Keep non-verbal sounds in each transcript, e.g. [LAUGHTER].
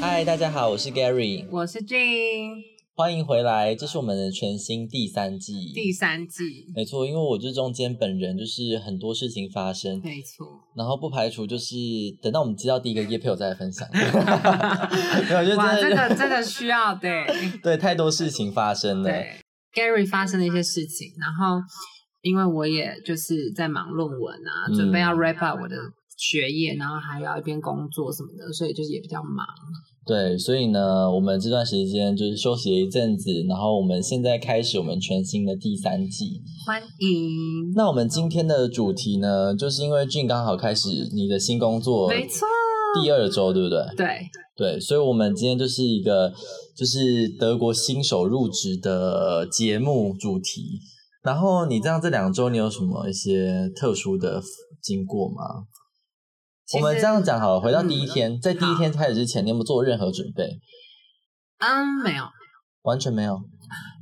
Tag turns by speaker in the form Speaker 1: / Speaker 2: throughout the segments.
Speaker 1: 嗨，大家好，我是 Gary，
Speaker 2: 我是 Jane，
Speaker 1: 欢迎回来，这是我们的全新第三季。
Speaker 2: 第三季，
Speaker 1: 没错，因为我这中间本人就是很多事情发生，
Speaker 2: 没错。
Speaker 1: 然后不排除就是等到我们接到第一个叶配，我再来分 [LAUGHS] 享。没有，就
Speaker 2: 哇，这
Speaker 1: 真的
Speaker 2: 个真的需要对
Speaker 1: 对太多事情发生了。
Speaker 2: 对，Gary 发生了一些事情，然后因为我也就是在忙论文啊，
Speaker 1: 嗯
Speaker 2: 准备要 wrap up 我的学业，然后还要一边工作什么的，所以就是也比较忙。
Speaker 1: 对，所以呢，我们这段时间就是休息了一阵子，然后我们现在开始我们全新的第三季。
Speaker 2: 欢迎，
Speaker 1: 那我们今天的主题呢，就是因为俊刚好开始你的新工作，
Speaker 2: 没错，
Speaker 1: 第二周对不对？
Speaker 2: 对，
Speaker 1: 对，所以我们今天就是一个就是德国新手入职的节目主题。然后你这样这两周你有什么一些特殊的经过吗？
Speaker 2: 其
Speaker 1: 我
Speaker 2: 实
Speaker 1: 们这样讲好了，回到
Speaker 2: 嗯
Speaker 1: 第一天，在第一天开始之前，你有没有做任何准备？
Speaker 2: 嗯，没有。
Speaker 1: 完全没有。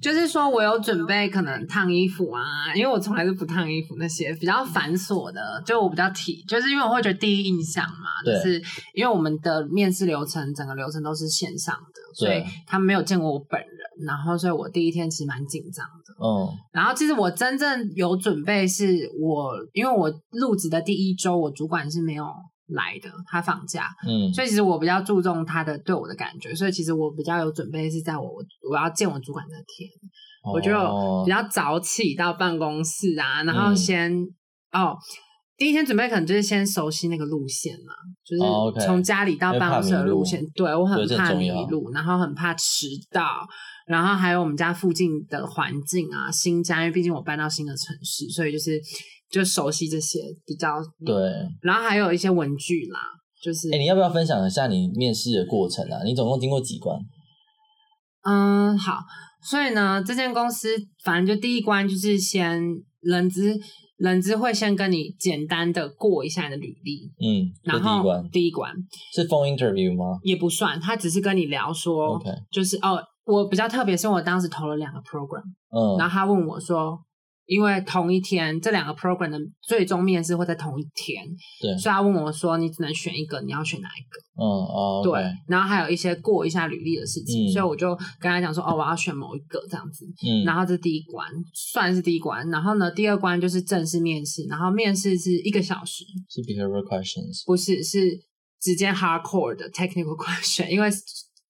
Speaker 2: 就是说我有准备可能烫衣服啊，因为我从来是不烫衣服那些比较繁琐的，就我比较体，就是因为我会觉得第一印象嘛，
Speaker 1: 对
Speaker 2: 就是因为我们的面试流程整个流程都是线上的，所以
Speaker 1: 对
Speaker 2: 他们没有见过我本人，然后所以我第一天其实蛮紧张的。
Speaker 1: 嗯，
Speaker 2: 然后其实我真正有准备是我，因为我入职的第一周，我主管是没有来的，他放假，
Speaker 1: 嗯，
Speaker 2: 所以其实我比较注重他的对我的感觉，所以其实我比较有准备是在我我要见我主管那天。我就
Speaker 1: 哦
Speaker 2: 比较早起到办公室啊，然后
Speaker 1: 嗯
Speaker 2: 先、哦，第一天准备可能就是先熟悉那个路线嘛，就
Speaker 1: 哦，OK
Speaker 2: 是从家里到办公室的路线。
Speaker 1: 因为
Speaker 2: 对我很
Speaker 1: 对这很
Speaker 2: 怕
Speaker 1: 重
Speaker 2: 迷
Speaker 1: 要
Speaker 2: 路，然后很怕迟到，然后还有我们家附近的环境啊，新家，因为毕竟我搬到新的城市，所以就是就熟悉这些比较。
Speaker 1: 对。
Speaker 2: 然后还有一些文具啦，就是
Speaker 1: 哎，你要不要分享一下你面试的过程啊？你总共经过几关？
Speaker 2: 嗯，好，所以呢，这间公司反正就第一关就是先人资，人资会先跟你简单的过一下你的履历，
Speaker 1: 嗯，这
Speaker 2: 然
Speaker 1: 第一
Speaker 2: 后
Speaker 1: 关
Speaker 2: 第一关
Speaker 1: 是 phone interview 吗
Speaker 2: 也不算，他只是跟你聊说
Speaker 1: ？OK，
Speaker 2: 就是哦，我比较特别是我当时投了两个 program，、
Speaker 1: 嗯，
Speaker 2: 然后他问我说。因为同一天，这两个 program 的最终面试会在同一天，
Speaker 1: 对，
Speaker 2: 所以他问我说：“你只能选一个，你要选哪一个？”
Speaker 1: 嗯，哦，
Speaker 2: 对，然后还有一些过一下履历的事情，
Speaker 1: 嗯
Speaker 2: 所以我就跟他讲说：“哦，我要选某一个这样子。”
Speaker 1: 嗯，
Speaker 2: 然后这第一关算是第一关，然后呢，第二关就是正式面试，然后面试是一个小时，
Speaker 1: 是 behavioral questions。
Speaker 2: 不是是直接 hardcore 的 technical [LAUGHS] question，因为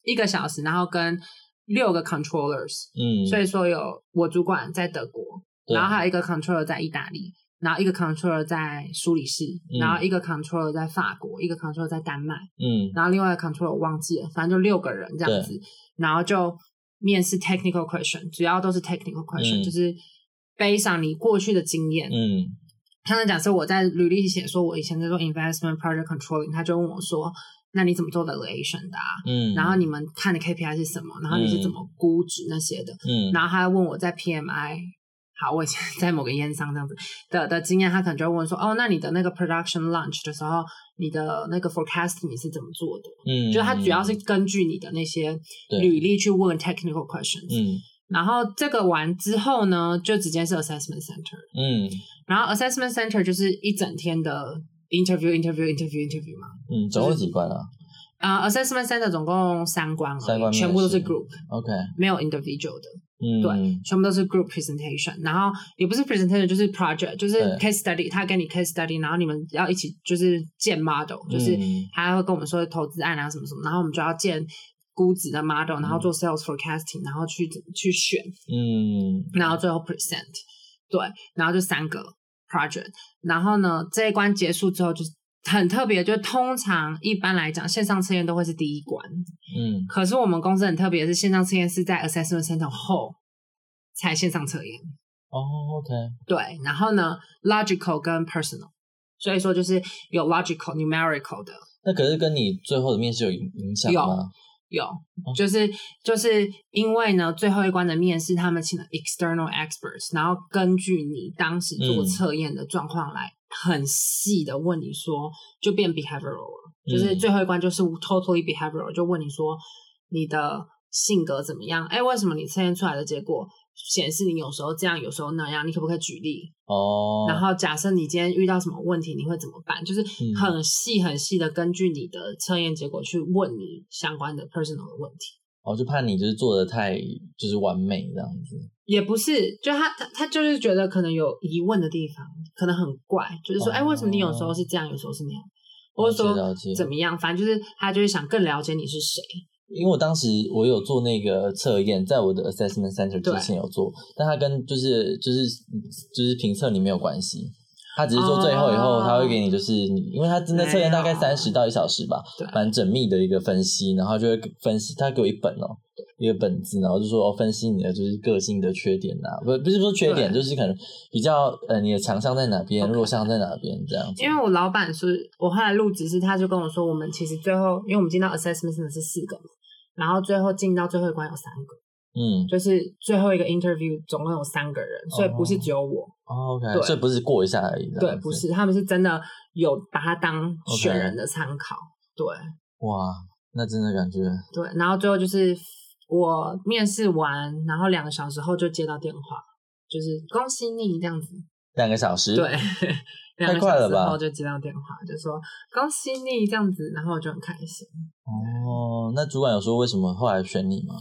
Speaker 2: 一个小时，然后跟六个 controllers，、
Speaker 1: 嗯，
Speaker 2: 所以说有我主管在德国，
Speaker 1: 对
Speaker 2: 然后还有一个 controller 在意大利，然后一个 controller 在苏黎世，
Speaker 1: 嗯
Speaker 2: 然后一个 controller 在法国，一个 controller 在丹麦，
Speaker 1: 嗯
Speaker 2: 然后另外一个 controller 我忘记了，反正就六个人这样子，然后就面试 technical question，主要都是 technical
Speaker 1: 嗯
Speaker 2: question，、就是背上你过去的经验。
Speaker 1: 嗯
Speaker 2: 他们假设我在履历写说我以前在做 investment project controlling，他就问我说，那你怎么做 valuation 的、啊？
Speaker 1: 嗯，
Speaker 2: 然后你们看的 KPI 是什么？然后你是怎么估值那些的？
Speaker 1: 嗯
Speaker 2: 然后他还问我在 PMI，好，我以前 [LAUGHS] 在某个烟商这样子的的经验，他可能就会问说，哦，那你的那个 production launch 的时候，你的那个 forecasting 你是怎么做的？
Speaker 1: 嗯，
Speaker 2: 就是它主要是根据你的那些
Speaker 1: 对
Speaker 2: 履历去问 technical questions，、
Speaker 1: 嗯
Speaker 2: 然后这个完之后呢，就直接是 assessment center，
Speaker 1: 嗯
Speaker 2: 然后 assessment center 就是一整天的 interview interview interview interview 嘛，
Speaker 1: 嗯，总共几关啊
Speaker 2: 啊、a s s e s s m e n t center 总共三关而已，
Speaker 1: 三关面
Speaker 2: 全部都
Speaker 1: 试
Speaker 2: 是 group，
Speaker 1: ？OK，
Speaker 2: 没有 individual 的，
Speaker 1: 嗯，
Speaker 2: 对，全部都是 group presentation，然后也不是 presentation 就是 project，就是
Speaker 1: 对
Speaker 2: case study，他给你 case study，然后你们要一起就是建 model，就是
Speaker 1: 嗯
Speaker 2: 他会跟我们说投资案啊什么什么，然后我们就要建估值的 model，然后做 sales forecasting，然后去去选，
Speaker 1: 嗯
Speaker 2: 然后最后 present，对，然后就三个 project，然后呢这一关结束之后就是。很特别，就通常一般来讲，线上测验都会是第一关。
Speaker 1: 嗯，
Speaker 2: 可是我们公司很特别，是线上测验是在 assessment center 后才线上测验。
Speaker 1: 哦，OK，
Speaker 2: 对，然后呢，logical 跟 personal，所以说就是有 logical、numerical 的，
Speaker 1: 那可是跟你最后的面试有影影响吗？
Speaker 2: 有，
Speaker 1: 哦
Speaker 2: 就是就是因为呢，最后一关的面试，他们请了 external experts，然后根据你当时做
Speaker 1: 嗯
Speaker 2: 测验的状况来很细的问你说，就变 behavioral 了，就是
Speaker 1: 嗯
Speaker 2: 最后一关就是 totally behavioral，就问你说你的性格怎么样？哎，为什么你测验出来的结果显示你有时候这样，有时候那样，你可不可以举例？
Speaker 1: 哦，
Speaker 2: 然后假设你今天遇到什么问题，你会怎么办？就是
Speaker 1: 嗯
Speaker 2: 很细很细的根据你的测验结果去问你相关的 personal 的问题，
Speaker 1: 我哦就怕你就是做的太就是完美这样子，
Speaker 2: 也不是，就他他他就是觉得可能有疑问的地方，可能很怪，就是说，哎、为什么你有时候是这样，有时候是那样，或者
Speaker 1: 哦
Speaker 2: 说
Speaker 1: 了解了解
Speaker 2: 怎么样？反正就是他就是想更了解你是谁。
Speaker 1: 因为我当时我有做那个测验，在我的 assessment center
Speaker 2: 对
Speaker 1: 之前有做，但它跟就是就是就是评测你没有关系，它只是说最后以后
Speaker 2: 哦
Speaker 1: 他会给你就是你，因为它真的测验大概
Speaker 2: 没有
Speaker 1: 三十到一小时吧
Speaker 2: 对，
Speaker 1: 蛮缜密的一个分析，然后就会分析，他给我一本哦。一个本子，然后就说哦，分析你的就是个性的缺点啊，不不是说缺点，
Speaker 2: 对
Speaker 1: 就是可能比较呃你的强项在哪边，
Speaker 2: OK
Speaker 1: 弱项在哪边这样子。
Speaker 2: 因为我老板是我后来入职是，他就跟我说，我们其实最后，因为我们进到 assessment center 是四个嘛，然后最后进到最后一关有三个，
Speaker 1: 嗯、
Speaker 2: 就是最后一个 interview 总共有三个人，所以不是只有我，
Speaker 1: 哦、，OK，
Speaker 2: 对
Speaker 1: 所以不是过一下而已。这
Speaker 2: 对
Speaker 1: 样，子
Speaker 2: 不是，他们是真的有把它当选人的参考
Speaker 1: 哇，那真的感觉
Speaker 2: 对对，然后最后就是我面试完，然后两个小时后就接到电话，就是恭喜你这样子，
Speaker 1: 两个小时，
Speaker 2: 对，，
Speaker 1: [LAUGHS]
Speaker 2: 两个
Speaker 1: 嗯快
Speaker 2: 小
Speaker 1: 了
Speaker 2: 时
Speaker 1: 吧
Speaker 2: 后就接到电话，就说恭喜你这样子，然后我就很开心。
Speaker 1: 哦，那主管有说为什么后来选你吗？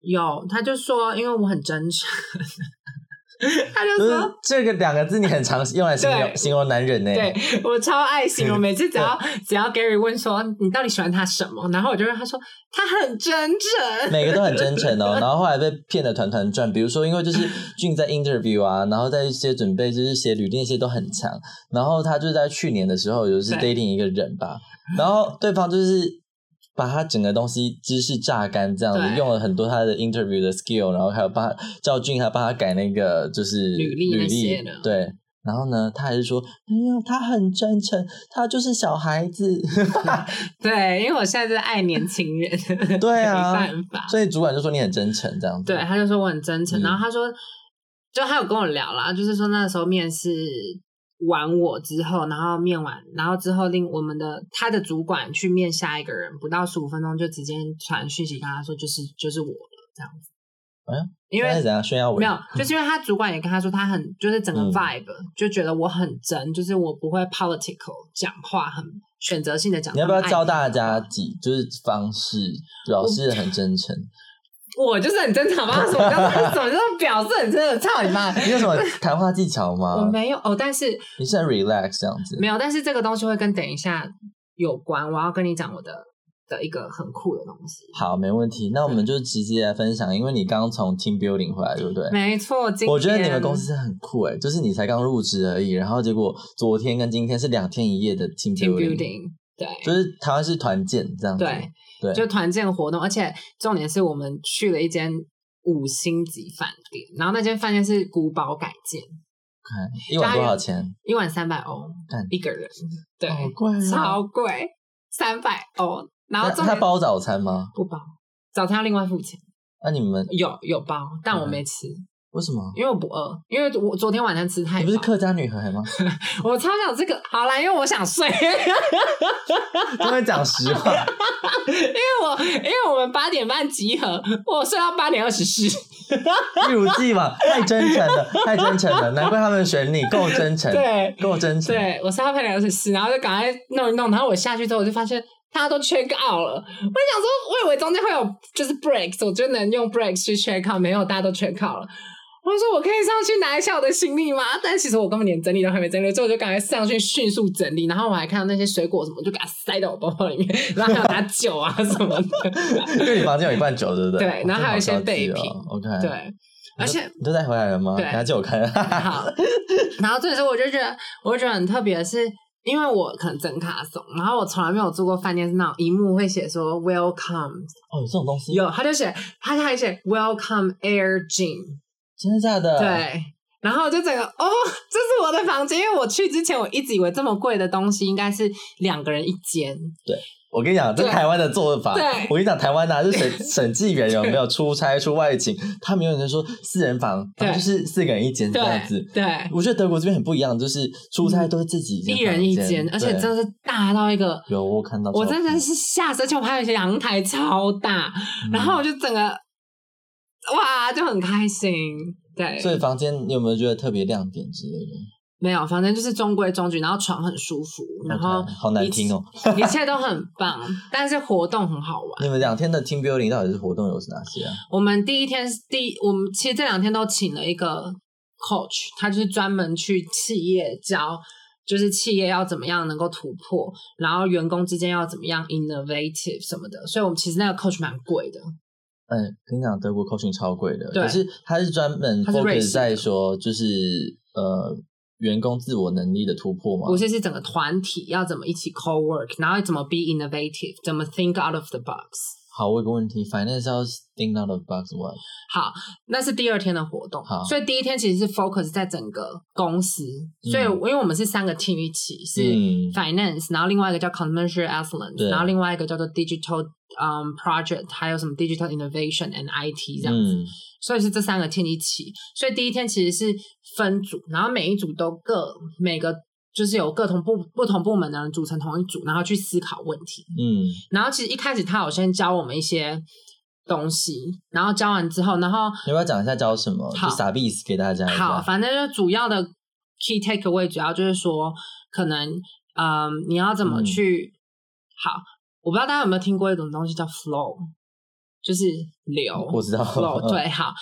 Speaker 2: 有，他就说，因为我很真诚， [LAUGHS] 他就
Speaker 1: 就是
Speaker 2: 说，
Speaker 1: 这个两个字，你很常用来形容
Speaker 2: 对
Speaker 1: 形容男人呢、
Speaker 2: 对我超爱形容，每次只要只要 Gary 问说你到底喜欢他什么，然后我就让他说他很真
Speaker 1: [LAUGHS]
Speaker 2: 诚，
Speaker 1: 每个都很真诚
Speaker 2: [LAUGHS]
Speaker 1: 哦，然后后来被骗得团团转。比如说，因为就是俊在 interview 啊，然后在一些准备，就是写履历那些都很强。然后他就在去年的时候，有是
Speaker 2: 对
Speaker 1: dating 一个人吧，然后对方就是把他整个东西知识榨干，这样子
Speaker 2: 对
Speaker 1: 用了很多他的 interview 的 skill，然后还有帮他叫俊还帮他改那个就是
Speaker 2: 履历那些的
Speaker 1: 对。然后呢，他还是说没有，他很真诚，他就是小孩
Speaker 2: [LAUGHS]
Speaker 1: 子。 [LAUGHS]
Speaker 2: 对，因为我现在就是爱年轻人，
Speaker 1: [LAUGHS] 对啊
Speaker 2: 没办法，
Speaker 1: 所以主管就说你很真诚，这样子。
Speaker 2: 对，他就说我很真诚，
Speaker 1: 嗯
Speaker 2: 然后他说，就他有跟我聊啦，就是说那时候面试完我之后，然后面完，然后之后令我们的他的主管去面下一个人，不到十五分钟就直接传讯息跟他说，就是就是我了这样子。
Speaker 1: 哎呀
Speaker 2: 因
Speaker 1: 那是怎
Speaker 2: 为
Speaker 1: 样炫耀我？
Speaker 2: 没有，就是因为他主管也跟他说，他很就是整个
Speaker 1: 嗯
Speaker 2: vibe、就觉得我很真，就是我不会 political 讲话，很选择性的讲。
Speaker 1: 你要不要
Speaker 2: 他们爱
Speaker 1: 教
Speaker 2: 听
Speaker 1: 大
Speaker 2: 的话
Speaker 1: 家几就是方式表示很真诚？
Speaker 2: 我就是很正常吧，什么叫做什么叫做表示很真
Speaker 1: [LAUGHS]
Speaker 2: 的？ [LAUGHS] 操你妈！
Speaker 1: 你有
Speaker 2: [LAUGHS]
Speaker 1: 什么谈话技巧
Speaker 2: 我
Speaker 1: 吗？
Speaker 2: 没有哦，但是
Speaker 1: 你是很 relax 这样子
Speaker 2: 没有，但是这个东西会跟等一下有关。我要跟你讲我的的一个很酷的东西。
Speaker 1: 好，没问题。那我们就直接来分享，因为你刚从 team building 回来，对不对？
Speaker 2: 没错，今天
Speaker 1: 我觉得你们公司很酷诶、就是你才刚入职而已，然后结果昨天跟今天是两天一夜的 team
Speaker 2: team
Speaker 1: building，,
Speaker 2: building 对
Speaker 1: 就是台湾是团建这样子。
Speaker 2: 对
Speaker 1: 对，
Speaker 2: 就团建活动，而且重点是我们去了一间五星级饭店，然后那间饭店是古堡改建，
Speaker 1: 看一晚多少钱？
Speaker 2: 一晚三百欧
Speaker 1: 干
Speaker 2: 一个人，对，
Speaker 1: 好贵嗯哦
Speaker 2: 超贵，三百欧。然后
Speaker 1: 那
Speaker 2: 重
Speaker 1: 他
Speaker 2: 点
Speaker 1: 包早餐吗？
Speaker 2: 不包，早餐要另外付钱，
Speaker 1: 那你们
Speaker 2: 有有包，但
Speaker 1: 嗯
Speaker 2: 我没吃，
Speaker 1: 为什么？
Speaker 2: 因为我不饿，因为我昨天晚上吃太
Speaker 1: 你
Speaker 2: 饱
Speaker 1: 不是客家女 [LAUGHS] 孩吗？
Speaker 2: 我超想这个，好啦，因为我想睡， [LAUGHS]
Speaker 1: 都会讲实话。
Speaker 2: 因为我因为我们八点半集合，我睡到八点二十四，
Speaker 1: [LAUGHS] 一如既往，太真诚了，太真诚了，难怪他们选你，够真诚，
Speaker 2: 对
Speaker 1: 够真诚。
Speaker 2: 对，我睡到八点二十四，然后就赶快弄一弄，然后我下去之后我就发现大家都 check out 了，我就想说，我以为中间会有就是 breaks，我就能用 breaks 去 check out，没有，大家都 check out 了。我就说我可以上去拿一下我的行李吗？但其实我根本连整理都还没整理，所以我就赶快上去迅速整理，然后我还看到那些水果什么，就给它塞到我包包里面，然后还有拿酒啊什么的。
Speaker 1: 因为你房间有一罐酒，对不对？
Speaker 2: 对然后还有一些
Speaker 1: 哦真的好高级哦
Speaker 2: 备品
Speaker 1: OK，，
Speaker 2: 对，而且
Speaker 1: 你都带回来了吗？
Speaker 2: 对
Speaker 1: 等下借我看。 [LAUGHS] 哦
Speaker 2: 好，然后这时候我就觉得，我就觉得很特别的是，因为我可能整卡怂，然后我从来没有住过饭店，是那种一幕会写说 Welcome，
Speaker 1: 哦，有这种东西，
Speaker 2: 有他就写他还写 Welcome Air Gym，
Speaker 1: 真的假的？，
Speaker 2: 对。然后我就整个哦，这是我的房间，因为我去之前我一直以为这么贵的东西应该是两个人一间，
Speaker 1: 我跟你讲，这
Speaker 2: 对
Speaker 1: 台湾的做法
Speaker 2: 对，
Speaker 1: 我跟你讲，台湾啊呐，就审审计员有没有出差出外勤，他们有人说四人房，
Speaker 2: 对
Speaker 1: 然后就是四个人一间这样
Speaker 2: 对
Speaker 1: 子。
Speaker 2: 对，
Speaker 1: 我觉得德国这边很不一样，就是出差都是自己
Speaker 2: 一
Speaker 1: 间
Speaker 2: 人一
Speaker 1: 房
Speaker 2: 间，而且
Speaker 1: 对
Speaker 2: 真的是大到一个，
Speaker 1: 有我看到照
Speaker 2: 我
Speaker 1: 片，
Speaker 2: 真的是吓死，而且我还有一些阳台超大，
Speaker 1: 嗯
Speaker 2: 然后我就整个哇就很开心，对，
Speaker 1: 所以房间你有没有觉得特别亮点之类的？
Speaker 2: 没有，反正就是中规中矩，然后床很舒服，然后
Speaker 1: OK，好难听哦。
Speaker 2: 一切都很棒，但是活动很好玩。
Speaker 1: 你们两天的 team building 到底是活动有哪些啊？
Speaker 2: 我们第一天是第一，我们其实这两天都请了一个 coach，他就是专门去企业教，就是企业要怎么样能够突破，然后员工之间要怎么样 innovative 什么的。所以我们其实那个 coach 蛮贵的，
Speaker 1: 嗯，跟你讲，德国 coaching 超贵的，
Speaker 2: 对
Speaker 1: 可是它是专门
Speaker 2: 它是瑞
Speaker 1: focus
Speaker 2: 士的
Speaker 1: 在说，就是呃员工自我能力的突破嘛
Speaker 2: 不。是是整个团体要怎么一起 co work，然后怎么 be innovative，怎么 think out of the box。
Speaker 1: 好，我有个问题，finance 要 think out of box one，
Speaker 2: 好，那是第二天的活动
Speaker 1: 好，
Speaker 2: 所以第一天其实是 focus 在整个公司，所以
Speaker 1: 嗯
Speaker 2: 因为我们是三个 team 一起是。
Speaker 1: 嗯
Speaker 2: finance，然后另外一个叫 commercial
Speaker 1: 对
Speaker 2: excellence，然后另外一个叫做 digital 嗯、project，还有什么 digital innovation and IT 这样子。
Speaker 1: 嗯，
Speaker 2: 所以是这三个 team 一起。所以第一天其实是分组，然后每一组都各每个就是有各同部不同部门的人组成同一组，然后去思考问题。
Speaker 1: 嗯，
Speaker 2: 然后其实一开始他有先教我们一些东西，然后教完之后，然后
Speaker 1: 你要不要讲一下教什么？就
Speaker 2: 好
Speaker 1: 傻逼给大家一
Speaker 2: 好，
Speaker 1: 下。
Speaker 2: 反正就主要的 key takeaway 主要就是说，可能嗯，你要怎么
Speaker 1: 嗯
Speaker 2: 去、好？我不知道大家有没有听过一种东西叫 flow，就是流。
Speaker 1: 我知道
Speaker 2: flow
Speaker 1: [LAUGHS] 嗯
Speaker 2: 对，好，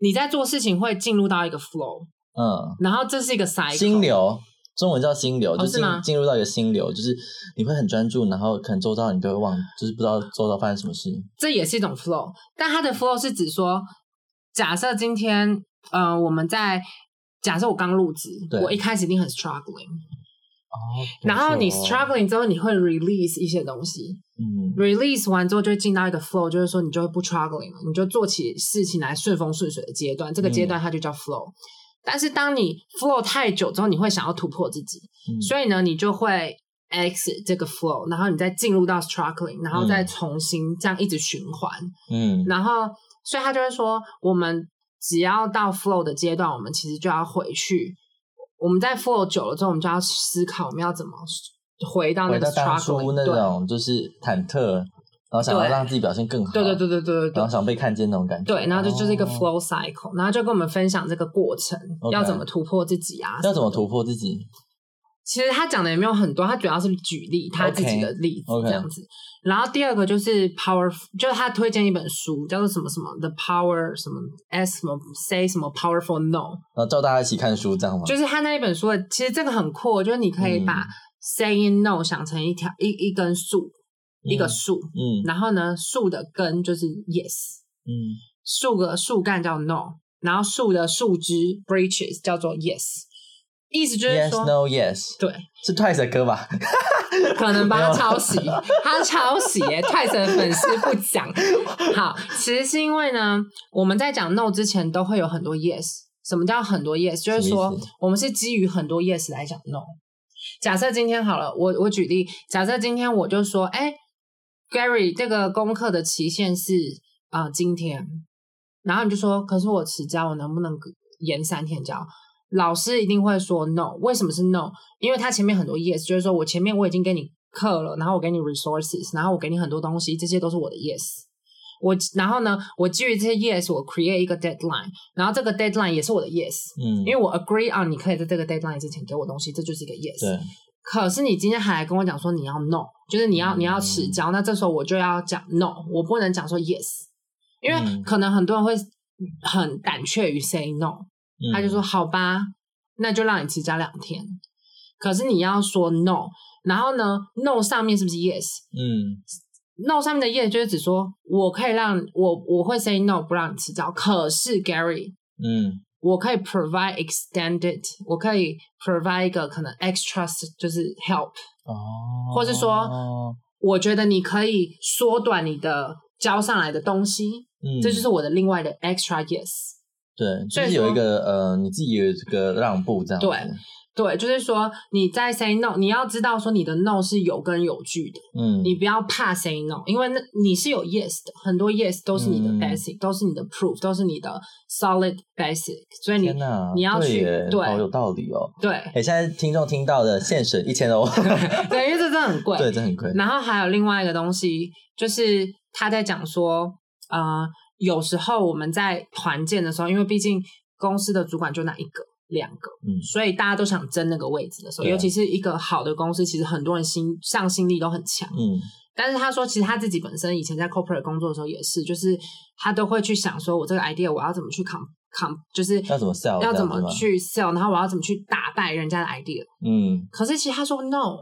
Speaker 2: 你在做事情会进入到一个 flow，
Speaker 1: 嗯，
Speaker 2: 然后这是一个 cycle。
Speaker 1: 心流，中文叫心流，
Speaker 2: 哦
Speaker 1: 就是进
Speaker 2: 吗
Speaker 1: 进入到一个心流，就是你会很专注，然后可能周遭你就会忘，就是不知道周遭发生什么事。
Speaker 2: 这也是一种 flow，但它的 flow 是指说，假设今天，呃，我们在假设我刚入职
Speaker 1: 对，
Speaker 2: 我一开始一定很 struggling，
Speaker 1: 哦，
Speaker 2: 然后你
Speaker 1: 不错哦
Speaker 2: struggling 之后，你会 release 一些东西，
Speaker 1: 嗯
Speaker 2: release 完之后就会进到一个 flow，就是说你就会不 struggling 了，你就做起事情来顺风顺水的阶段，这个阶段它就叫 flow。但是当你 flow 太久之后，你会想要突破自己，
Speaker 1: 嗯，
Speaker 2: 所以呢，你就会 exit 这个 flow，然后你再进入到 struggling，然后再
Speaker 1: 嗯
Speaker 2: 重新这样一直循环。
Speaker 1: 嗯
Speaker 2: 然后，所以他就会说，我们只要到 flow 的阶段，我们其实就要回去。我们在 flow 久了之后，我们就要思考我们要怎么回到那
Speaker 1: 回
Speaker 2: 个
Speaker 1: 到当
Speaker 2: struggling
Speaker 1: 初那
Speaker 2: 对。
Speaker 1: 种就是忐忑，然后想要
Speaker 2: 对
Speaker 1: 让自己表现更好，
Speaker 2: 对对对对对对
Speaker 1: 然
Speaker 2: 对
Speaker 1: 后想被看见那种感觉。
Speaker 2: 对，然后就就是一个
Speaker 1: 哦
Speaker 2: flow cycle，、然后就跟我们分享这个过程
Speaker 1: OK
Speaker 2: 要怎么突破自己啊，
Speaker 1: 要怎么突。破自己？
Speaker 2: 其实他讲的也没有很多，他主要是举例他自己的例子
Speaker 1: OK，OK
Speaker 2: 这样子。然后第二个就是 power，就是他推荐一本书叫做什么什么 the power 什么 s 什么 say 什么 powerful no，
Speaker 1: 然后叫大家一起看书，这样吗？
Speaker 2: 就是他那一本书的，其实这个很酷，哦就是你可以把
Speaker 1: 嗯
Speaker 2: saying no 想成一条一一根树，一个树，
Speaker 1: 嗯
Speaker 2: 然后呢，树的根就是 yes，
Speaker 1: 嗯
Speaker 2: 树的树干叫 no，然后树的树枝 branches 叫做 yes，意思就是说
Speaker 1: ，Yes No Yes
Speaker 2: 对，
Speaker 1: 是 Twice 的歌吧？
Speaker 2: [LAUGHS] 可能
Speaker 1: 没
Speaker 2: 把
Speaker 1: 有
Speaker 2: 它抄袭，他抄袭
Speaker 1: [LAUGHS]
Speaker 2: 耶，Twice 的粉丝不讲。好，其实是因为呢，我们在讲 no 之前都会有很多 yes。什么叫很多 yes？就是
Speaker 1: 什么
Speaker 2: 说
Speaker 1: 意思
Speaker 2: 我们是基于很多 yes 来讲 no。假设今天好了，我我举例，假设今天我就说，哎，Gary，这个功课的期限是啊、呃今天，然后你就说，可是我迟交，我能不能延三天交？老师一定会说 no。为什么是 no？因为他前面很多 yes，就是说我前面我已经给你课了，然后我给你 resources，然后我给你很多东西，这些都是我的 yes。我然后呢，我基于这些 yes，我 create 一个 deadline，然后这个 deadline 也是我的 yes，
Speaker 1: 嗯，
Speaker 2: 因为我 agree on 你可以在这个 deadline 之前给我东西，这就是一个 yes。
Speaker 1: 对，
Speaker 2: 可是你今天还来跟我讲说你要 no，就是你要你要
Speaker 1: 嗯
Speaker 2: 迟交，那这时候我就要讲 no，我不能讲说 yes，因为
Speaker 1: 嗯
Speaker 2: 可能很多人会很胆怯于 say no，、
Speaker 1: 嗯
Speaker 2: 他就说好吧，那就让你迟交两天。可是你要说 no，然后呢，no 上面是不是 yes？no
Speaker 1: 嗯
Speaker 2: 上面的 yes 就是只说我可以让我我会 say no 不让你迟交，可是 Gary
Speaker 1: 嗯
Speaker 2: 我可以 provide extended，我可以 provide 一个可能 extra 就是 help。
Speaker 1: 哦，
Speaker 2: 或是说我觉得你可以缩短你的交上来的东西，
Speaker 1: 嗯，
Speaker 2: 这就是我的另外的 extra yes。
Speaker 1: 对，就
Speaker 2: 所以
Speaker 1: 是有
Speaker 2: 说
Speaker 1: 一个呃，你自己有这个让步这样子，
Speaker 2: 对对，就是说你在 say no，你要知道说你的 no 是有根有据的，
Speaker 1: 嗯，
Speaker 2: 你不要怕 say no，因为那你是有 yes 的，很多 yes 都是你的
Speaker 1: 嗯
Speaker 2: basic，、都是你的 proof，都是你的 solid basic，所以你
Speaker 1: 天哪，
Speaker 2: 你要
Speaker 1: 对
Speaker 2: 去
Speaker 1: 耶
Speaker 2: 对
Speaker 1: 好有道理哦。
Speaker 2: 对
Speaker 1: 哎，现在听众听到的现省一千欧，
Speaker 2: 对，因为这真的很
Speaker 1: [LAUGHS]
Speaker 2: 贵，
Speaker 1: 对，这很亏。
Speaker 2: 然后还有另外一个东西，就是他在讲说，呃，有时候我们在团建的时候，因为毕竟公司的主管就那一个、两个，
Speaker 1: 嗯
Speaker 2: 所以大家都想争那个位置的时候，
Speaker 1: 对啊
Speaker 2: 尤其是一个好的公司，其实很多人心上心力都很强。
Speaker 1: 嗯
Speaker 2: 但是他说，其实他自己本身以前在 corporate 工作的时候也是，就是他都会去想说，我这个 idea 我要怎么去 com com，就是
Speaker 1: 要怎么 sell
Speaker 2: 要怎
Speaker 1: 这样子
Speaker 2: 么
Speaker 1: 吗
Speaker 2: 去 sell，然后我要怎么去打败人家的 idea。
Speaker 1: 嗯
Speaker 2: 可是其实他说 no，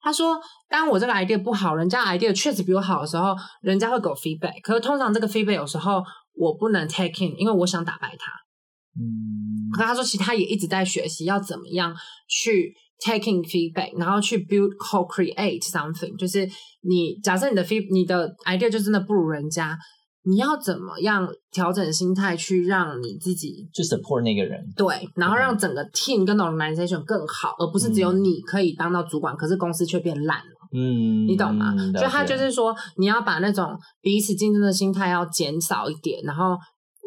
Speaker 2: 他说当我这个 idea 不好，人家 idea 确实比我好的时候，人家会给我 feedback。可是通常这个 feedback 有时候我不能 take in，因为我想打败他。
Speaker 1: 嗯
Speaker 2: 可是他说，其实他也一直在学习要怎么样去 taking feedback，然后去 build co create something。就是你假设你的 feed 你的 idea 就真的不如人家，你要怎么样调整心态去让你自己
Speaker 1: 就 support 那个人，
Speaker 2: 对，然后让整个 team 跟 organization 更好，而不是只有
Speaker 1: 嗯
Speaker 2: 你可以当到主管，可是公司却变烂了，
Speaker 1: 嗯，
Speaker 2: 你懂吗？
Speaker 1: 嗯
Speaker 2: 所以他就，
Speaker 1: 了
Speaker 2: 是说，你要把那种彼此竞争的心态要减少一点，然后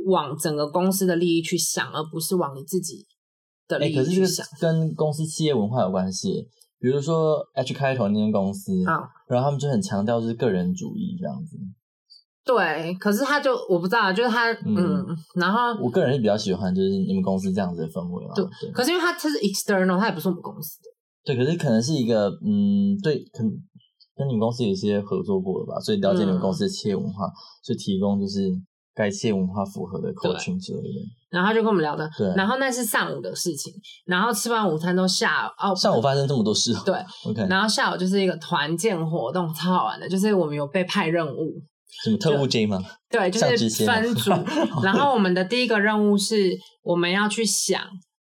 Speaker 2: 往整个公司的利益去想，而不是往你自己的
Speaker 1: 解哎，
Speaker 2: 利
Speaker 1: 可是
Speaker 2: 益
Speaker 1: 这
Speaker 2: 去
Speaker 1: 个
Speaker 2: 想。
Speaker 1: 跟公司企业文化有关系，比如说 H 开头那间公司，
Speaker 2: 啊
Speaker 1: 然后他们就很强调就是个人主义这样子，
Speaker 2: 对，可是他就我不知道，就是他嗯
Speaker 1: 嗯
Speaker 2: 然后
Speaker 1: 我个人是比较喜欢就是你们公司这样子的氛围嘛，
Speaker 2: 对
Speaker 1: 对
Speaker 2: 可是因为他他是 external，他也不是我们公司的，
Speaker 1: 对，可是可能是一个嗯，对，可能跟你们公司有一些合作过了吧，所以了解你们
Speaker 2: 嗯
Speaker 1: 公司的企业文化，就提供就是该企业文化符合的 coaching 之类的。
Speaker 2: 然后他就跟我们聊的
Speaker 1: 对，
Speaker 2: 然后那是上午的事情，然后吃完午餐都下午哦，
Speaker 1: 上午发生这么多事哦，
Speaker 2: 对，
Speaker 1: ，OK，
Speaker 2: 然后下午就是一个团建活动，超好玩的，就是我们有被派任务，
Speaker 1: 什么特务 J 吗？
Speaker 2: 对，就
Speaker 1: 上知
Speaker 2: 是
Speaker 1: 先啊 [LAUGHS]
Speaker 2: 分组。然后我们的第一个任务是，我们要去想，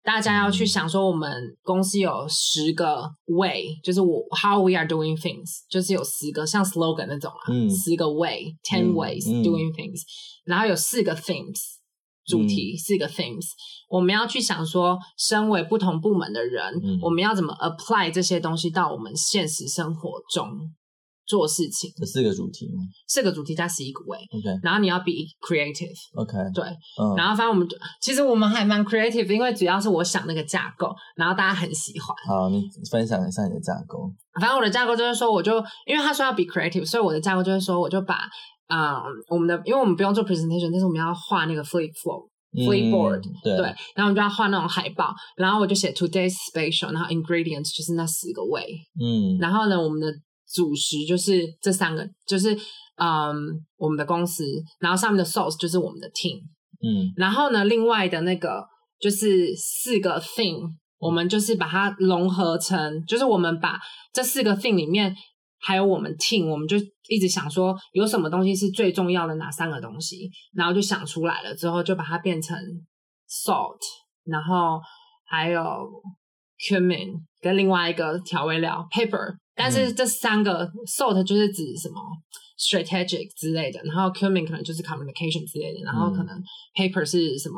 Speaker 2: 大家要
Speaker 1: 嗯
Speaker 2: 去想说，我们公司有十个 way，就是我 how we are doing things，就是有十个像 slogan 那种啊，
Speaker 1: 嗯
Speaker 2: 十个 way，ten
Speaker 1: 嗯
Speaker 2: ways
Speaker 1: 嗯
Speaker 2: doing things，然后有四个 themes 主
Speaker 1: 嗯
Speaker 2: 题，四个 themes。我们要去想说，身为不同部门的人，
Speaker 1: 嗯
Speaker 2: 我们要怎么 apply 这些东西到我们现实生活中做事情。
Speaker 1: 这四个主题吗
Speaker 2: 四个主题加十一个 way，
Speaker 1: ？OK
Speaker 2: 然后你要 be creative，
Speaker 1: OK，
Speaker 2: 对，
Speaker 1: 嗯，
Speaker 2: 然后反正我们就其实我们还蛮 creative，因为主要是我想那个架构，然后大家很喜欢。
Speaker 1: 好，你分享一下你的架构。
Speaker 2: 反正我的架构就是说，我就因为他说要 be creative，所以我的架构就是说，我就把嗯、呃我们的，因为我们不用做 presentation，但是我们要画那个 flip flow。Flipboard，
Speaker 1: 嗯对
Speaker 2: 对，然后我们就要画那种海报，然后我就写 today's special，然后 ingredients 就是那十个味，
Speaker 1: 嗯，
Speaker 2: 然后呢，我们的主食就是这三个，就是嗯我们的公司，然后上面的 sauce 就是我们的 team，
Speaker 1: 嗯
Speaker 2: 然后呢，另外的那个就是四个 thing，我们就是把它融合成，就是我们把这四个 thing 里面还有我们 team，我们就一直想说有什么东西是最重要的哪三个东西，然后就想出来了之后，就把它变成 salt，然后还有 cumin 跟另外一个调味料 pepper，但是这三个 salt 就是指什么 strategic 之类的，然后 cumin 可能就是 communication 之类的，然后
Speaker 1: 嗯
Speaker 2: 可能 paper 是什么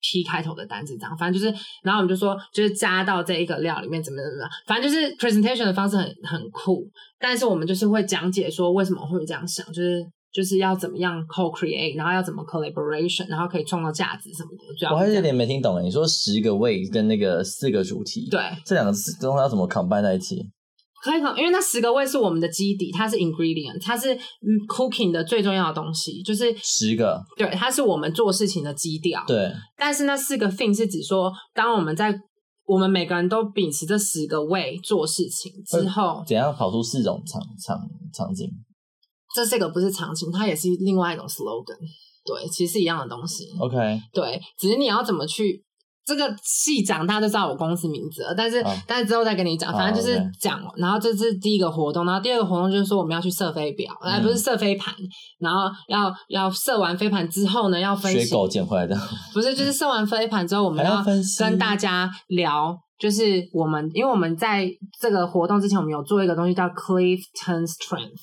Speaker 2: P 开头的单字，这样反正就是，然后我们就说就是加到这一个料里面怎么怎么样，反正就是 presentation 的方式很很酷，但是我们就是会讲解说为什么会这样想，就是。就是要怎么样 co-create，然后要怎么 collaboration，然后可以创造价值什么的。主要
Speaker 1: 我还
Speaker 2: 是
Speaker 1: 是有
Speaker 2: 这样
Speaker 1: 点没听懂诶，你说十个 way 跟那个四个主题，，
Speaker 2: 对，
Speaker 1: 这两个词东西要怎么 combine 在一起？
Speaker 2: 可以考，因为那十个味是我们的基底，它是 ingredient，它是嗯 cooking 的最重要的东西，就是
Speaker 1: 十个，
Speaker 2: 对，它是我们做事情的基调。，
Speaker 1: 对，
Speaker 2: 但是那四个 thing 是指说，当我们在我们每个人都秉持这十个味做事情
Speaker 1: 嗯
Speaker 2: 之后，
Speaker 1: 怎样跑出四种场场场景
Speaker 2: 这这个不是常情，它也是另外一种 slogan。对，其实是一样的东西。
Speaker 1: ？OK，
Speaker 2: 对，只是你要怎么去这个细讲，大家都知道我公司名字了，但是、
Speaker 1: 啊
Speaker 2: 但是之后再跟你讲，
Speaker 1: 啊
Speaker 2: 反正就是
Speaker 1: OK
Speaker 2: 讲，然后这是第一个活动，然后第二个活动就是说我们要去射飞镖，哎、
Speaker 1: 嗯
Speaker 2: 不是射飞盘，然后要要射完飞盘之后呢，要分
Speaker 1: 学
Speaker 2: 析，
Speaker 1: 狗捡回来的，
Speaker 2: 不是就是射完飞盘之后，我们
Speaker 1: 还要
Speaker 2: 要
Speaker 1: 分析
Speaker 2: 跟大家聊。就是我们，因为我们在这个活动之前，我们有做一个东西叫 Clifton Strength，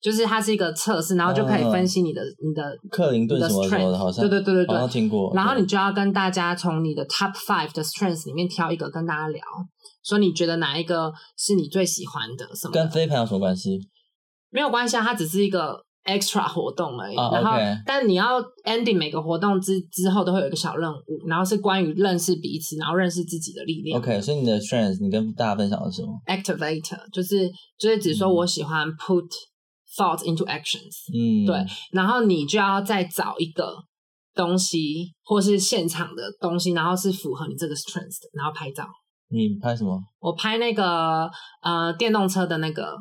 Speaker 2: 就是它是一个测试，然后就可以
Speaker 1: 嗯
Speaker 2: 分析你的、你的
Speaker 1: 克林顿什么什么
Speaker 2: The
Speaker 1: 的，
Speaker 2: strength
Speaker 1: 好像
Speaker 2: 对对对对对
Speaker 1: 好像听过。
Speaker 2: 然后你
Speaker 1: 对
Speaker 2: 就要跟大家从你的 top five 的 strengths 里面挑一个跟大家聊，说你觉得哪一个是你最喜欢的什么
Speaker 1: 跟
Speaker 2: 的？
Speaker 1: 飞盘有什么关系？
Speaker 2: 没有关系啊，它只是一个 extra 活动而已。
Speaker 1: 啊
Speaker 2: 然后
Speaker 1: OK
Speaker 2: 但你要 ending 每个活动之之后都会有一个小任务，然后是关于认识彼此，然后认识自己的力量。
Speaker 1: OK，所以你的 strength，你跟大家分享的是什么？
Speaker 2: Activator 就是就是只
Speaker 1: 嗯
Speaker 2: 说我喜欢 put thoughts into actions，
Speaker 1: 嗯，
Speaker 2: 对然后你就要再找一个东西，或是现场的东西，然后是符合你这个 strength 的，然后拍照。
Speaker 1: 你拍什么？
Speaker 2: 我拍那个呃电动车的那个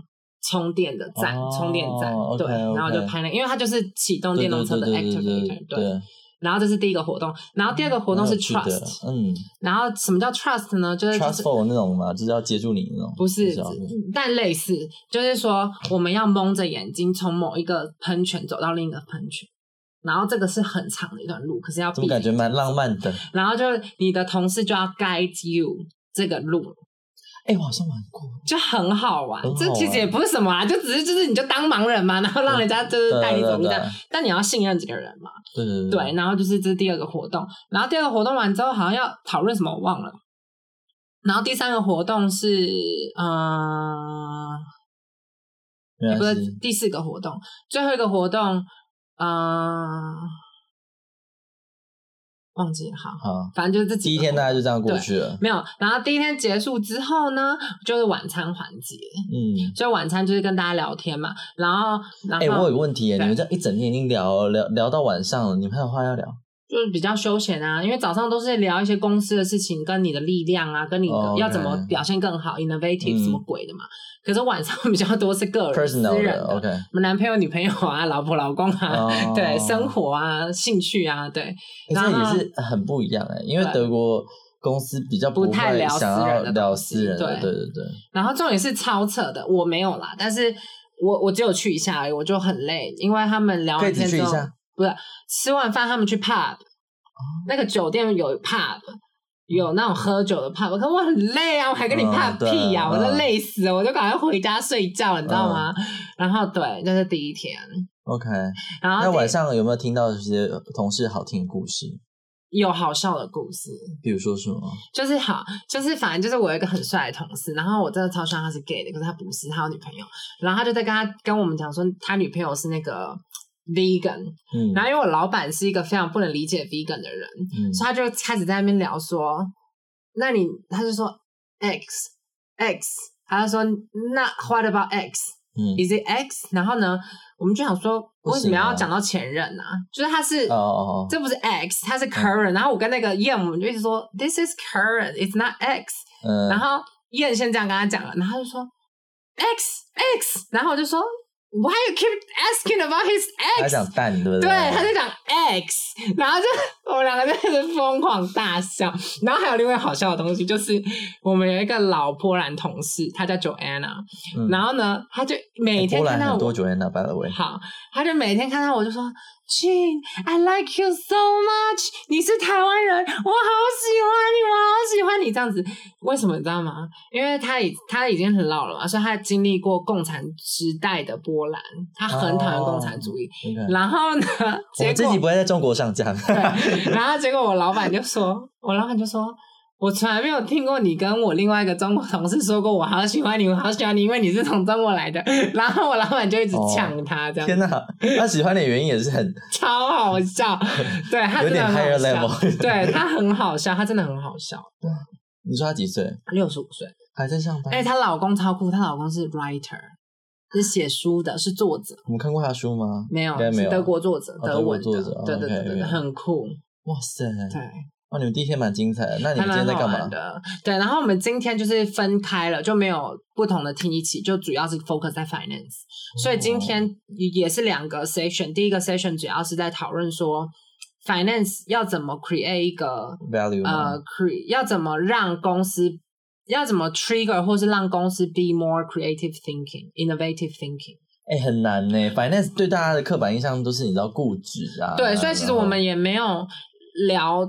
Speaker 2: 充电的站，
Speaker 1: 哦
Speaker 2: 充电站，对
Speaker 1: OK，OK
Speaker 2: 然后就拍那个，因为它就是启动
Speaker 1: 对
Speaker 2: 电动车的
Speaker 1: 对对对对
Speaker 2: activator，
Speaker 1: 对对，
Speaker 2: 然后这是第一个活动，然后第二个活动是
Speaker 1: 蛮有趣的
Speaker 2: trust，
Speaker 1: 嗯
Speaker 2: 然后什么叫 trust 呢？就是就是
Speaker 1: ，trustful 那种嘛，就是要接住你那种，
Speaker 2: 不是
Speaker 1: 这样，
Speaker 2: 但类似，就是说我们要蒙着眼睛从某一个喷泉走到另一个喷泉，然后这个是很长的一段路，可是要
Speaker 1: 怎
Speaker 2: 避
Speaker 1: 么感觉蛮浪漫的？
Speaker 2: 然后就是你的同事就要 guide you 这个路，
Speaker 1: 哎，我好像玩过，
Speaker 2: 就很好玩。
Speaker 1: 很好
Speaker 2: 这其实
Speaker 1: 玩
Speaker 2: 也不是什么啦，就只是就是你就当盲人嘛，然后让人家就是带你走路这样
Speaker 1: 对对对。嗯
Speaker 2: 但你要信任这个人嘛，
Speaker 1: 对对
Speaker 2: 对。然后就是这是第二个活动，然后第二个活动完之后好像要讨论什么我忘了。然后第三个活动是，呃，
Speaker 1: 没
Speaker 2: 不
Speaker 1: 关
Speaker 2: 是
Speaker 1: 系，
Speaker 2: 第四个活动，最后一个活动，呃，忘记了，好，
Speaker 1: 好，
Speaker 2: 反正就是这几
Speaker 1: 第一
Speaker 2: 个
Speaker 1: 天
Speaker 2: 活
Speaker 1: 大
Speaker 2: 动
Speaker 1: 家就这样过去了，
Speaker 2: 没有，然后第一天结束之后呢，就是晚餐环节，
Speaker 1: 嗯。
Speaker 2: 所以晚餐就是跟大家聊天嘛，然后然
Speaker 1: 哎、我
Speaker 2: 后
Speaker 1: 有个问题耶，
Speaker 2: 啊对
Speaker 1: 你们这样一整天已经聊聊聊到晚上了，你们还有话要聊？
Speaker 2: 就是比较休闲啊，因为早上都是聊一些公司的事情，跟你的力量啊，跟你的
Speaker 1: 哦
Speaker 2: 要怎么
Speaker 1: OK
Speaker 2: 表现更好、i n n o v a t i
Speaker 1: 嗯
Speaker 2: v e 什么鬼的嘛。可是晚上比较多是个人、
Speaker 1: personal
Speaker 2: 呃私人
Speaker 1: 的，OK，
Speaker 2: [LAUGHS] 什么男朋友、女朋友啊、老婆、老公啊，
Speaker 1: 哦
Speaker 2: 对，生活啊、兴趣啊，对，
Speaker 1: 欸
Speaker 2: 然后
Speaker 1: 这也是很不一样哎，因为
Speaker 2: 对
Speaker 1: 德国公司比较
Speaker 2: 不太
Speaker 1: 会
Speaker 2: 聊
Speaker 1: 想
Speaker 2: 私人
Speaker 1: 要
Speaker 2: 的
Speaker 1: 聊
Speaker 2: 东西
Speaker 1: 私人的，
Speaker 2: 对
Speaker 1: 对对对，
Speaker 2: 然后重点是超扯的，我没有啦，但是我我只有去一下而已，我就很累，因为他们聊
Speaker 1: 可
Speaker 2: 完
Speaker 1: 以只
Speaker 2: 天之
Speaker 1: 去一
Speaker 2: 后
Speaker 1: 下，哦
Speaker 2: 不是吃完饭他们去 pub，、那个酒店有 pub。有那种喝酒的 pub，可我很累啊，我还跟你
Speaker 1: 嗯
Speaker 2: pub
Speaker 1: 对
Speaker 2: 屁呀、啊我都
Speaker 1: 嗯
Speaker 2: 累死了，我就赶快回家睡觉，你知道吗？然后对，这是第一天，
Speaker 1: OK，
Speaker 2: 然后
Speaker 1: 那
Speaker 2: 第
Speaker 1: 晚上有没有听到一些同事好听的故事？
Speaker 2: 有好笑的故事，
Speaker 1: 比如说什么？
Speaker 2: 就是好，就是反正就是我有一个很帅的同事，然后我真的超希望他是 gay 的，可是他不是，他有女朋友，然后他就在跟他跟我们讲说，他女朋友是那个 vegan，
Speaker 1: 嗯，
Speaker 2: 然后因为我老板是一个非常不能理解 vegan 的人，
Speaker 1: 嗯
Speaker 2: 所以他就开始在那边聊说，那你他就说 x x，他就说那 what about x？
Speaker 1: 嗯
Speaker 2: is it x？然后呢，我们就想说，
Speaker 1: 不
Speaker 2: 为什么
Speaker 1: 行
Speaker 2: 要
Speaker 1: 啊
Speaker 2: 讲到前任呢、就是他是
Speaker 1: 哦哦哦，
Speaker 2: 这不是 X，它是 current、然后我跟那个燕，我们就一直说 This is current, it's not X、
Speaker 1: 嗯，
Speaker 2: 然后燕先这样跟他讲了，然后他就说 X X，然后我就说 Why you keep asking about his
Speaker 1: 他
Speaker 2: X？
Speaker 1: 讲蛋，对不
Speaker 2: 对，他
Speaker 1: 对，
Speaker 2: 就讲 X，然后就我们两个就是疯狂大笑。然后还有另外好笑的东西，就是我们有一个老波兰同事，她叫 Joanna，、
Speaker 1: 嗯
Speaker 2: 然后呢，她就每
Speaker 1: 欸
Speaker 2: 天
Speaker 1: 波
Speaker 2: 看
Speaker 1: 兰很
Speaker 2: 到我
Speaker 1: 多，酒店的，by the way，
Speaker 2: 好，他就每天看到我就说：“Jane, I like you so much，你是台湾人，我好喜欢你，我好喜欢你。”这样子，为什么你知道吗？因为他已他已经很老了嘛，所以他经历过共产时代的波兰，他很讨厌共产主义。
Speaker 1: OK
Speaker 2: 然后
Speaker 1: [LAUGHS]
Speaker 2: 呢，
Speaker 1: 哦我
Speaker 2: 结
Speaker 1: 们自己
Speaker 2: 果
Speaker 1: 不会在中国上架， [LAUGHS]
Speaker 2: 对，然后结果我老板就说，我老板就说。我从来没有听过你跟我另外一个中国同事说过我好喜欢你，我好喜欢你，因为你是从中国来的。 [LAUGHS] 然后我老板就一直
Speaker 1: 哦
Speaker 2: 呛他这样子
Speaker 1: 天哪，他喜欢的原因也是很
Speaker 2: [LAUGHS] 超好
Speaker 1: [LAUGHS]
Speaker 2: 笑，对他
Speaker 1: 有
Speaker 2: 真的
Speaker 1: 点
Speaker 2: 很
Speaker 1: higher
Speaker 2: 好笑，
Speaker 1: level。
Speaker 2: [LAUGHS] 对他很好笑，他真的很好笑，
Speaker 1: 你说他几岁？
Speaker 2: 六十五岁，
Speaker 1: 还在上班？
Speaker 2: 哎，她老公超酷，她老公是 writer，是写书的，是作者，
Speaker 1: 我们看过他的书吗？
Speaker 2: 没有
Speaker 1: 应该没
Speaker 2: 是
Speaker 1: 有。
Speaker 2: 德国作者，
Speaker 1: 哦
Speaker 2: 德文
Speaker 1: 德国
Speaker 2: 的
Speaker 1: 作者，
Speaker 2: 对对对
Speaker 1: OK，OK
Speaker 2: 对，对很酷，
Speaker 1: 哇塞！
Speaker 2: 对，
Speaker 1: 哦，你们第一天蛮精彩的。那你
Speaker 2: 还
Speaker 1: 们今
Speaker 2: 蛮
Speaker 1: 天在
Speaker 2: 好
Speaker 1: 干
Speaker 2: 玩
Speaker 1: 嘛？
Speaker 2: 的，对，然后我们今天就是分开了，就没有不同的 team 一起，就主要是 focus 在 finance，所以今天也是两个 session，第一个 session 主要是在讨论说 finance 要怎么 create 一个
Speaker 1: value
Speaker 2: 呃
Speaker 1: 吗？
Speaker 2: ，cre 要怎么让公司要怎么 trigger 或是让公司 be more creative thinking、innovative thinking。
Speaker 1: 哎，很难呢。finance 对大家的刻板印象都是你知道固执啊。
Speaker 2: 对，所以其实我们
Speaker 1: 然后
Speaker 2: 也没有聊，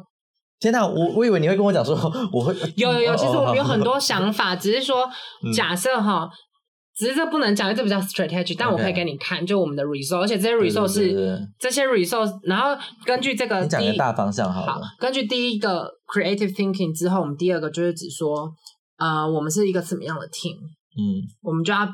Speaker 1: 天哪，我我以为你会跟我讲说我会
Speaker 2: 有有有，
Speaker 1: 哦
Speaker 2: 其实我们有很
Speaker 1: 哦
Speaker 2: 多想法，只是说
Speaker 1: 嗯
Speaker 2: 假设哈。只是这不能讲，因为这比较 strategy，但我可以
Speaker 1: OK
Speaker 2: 给你看，就我们的 result，而且这
Speaker 1: 对
Speaker 2: 些
Speaker 1: 对
Speaker 2: result
Speaker 1: 对对
Speaker 2: 是
Speaker 1: 对
Speaker 2: 这些 result，然后根据这个
Speaker 1: 你讲
Speaker 2: 呃第
Speaker 1: 个
Speaker 2: 一
Speaker 1: 大方向好
Speaker 2: 好
Speaker 1: 了。，
Speaker 2: 根据第一个 creative thinking 之后，我们第二个就是指说，呃，我们是一个什么样的 team，
Speaker 1: 嗯
Speaker 2: 我们就要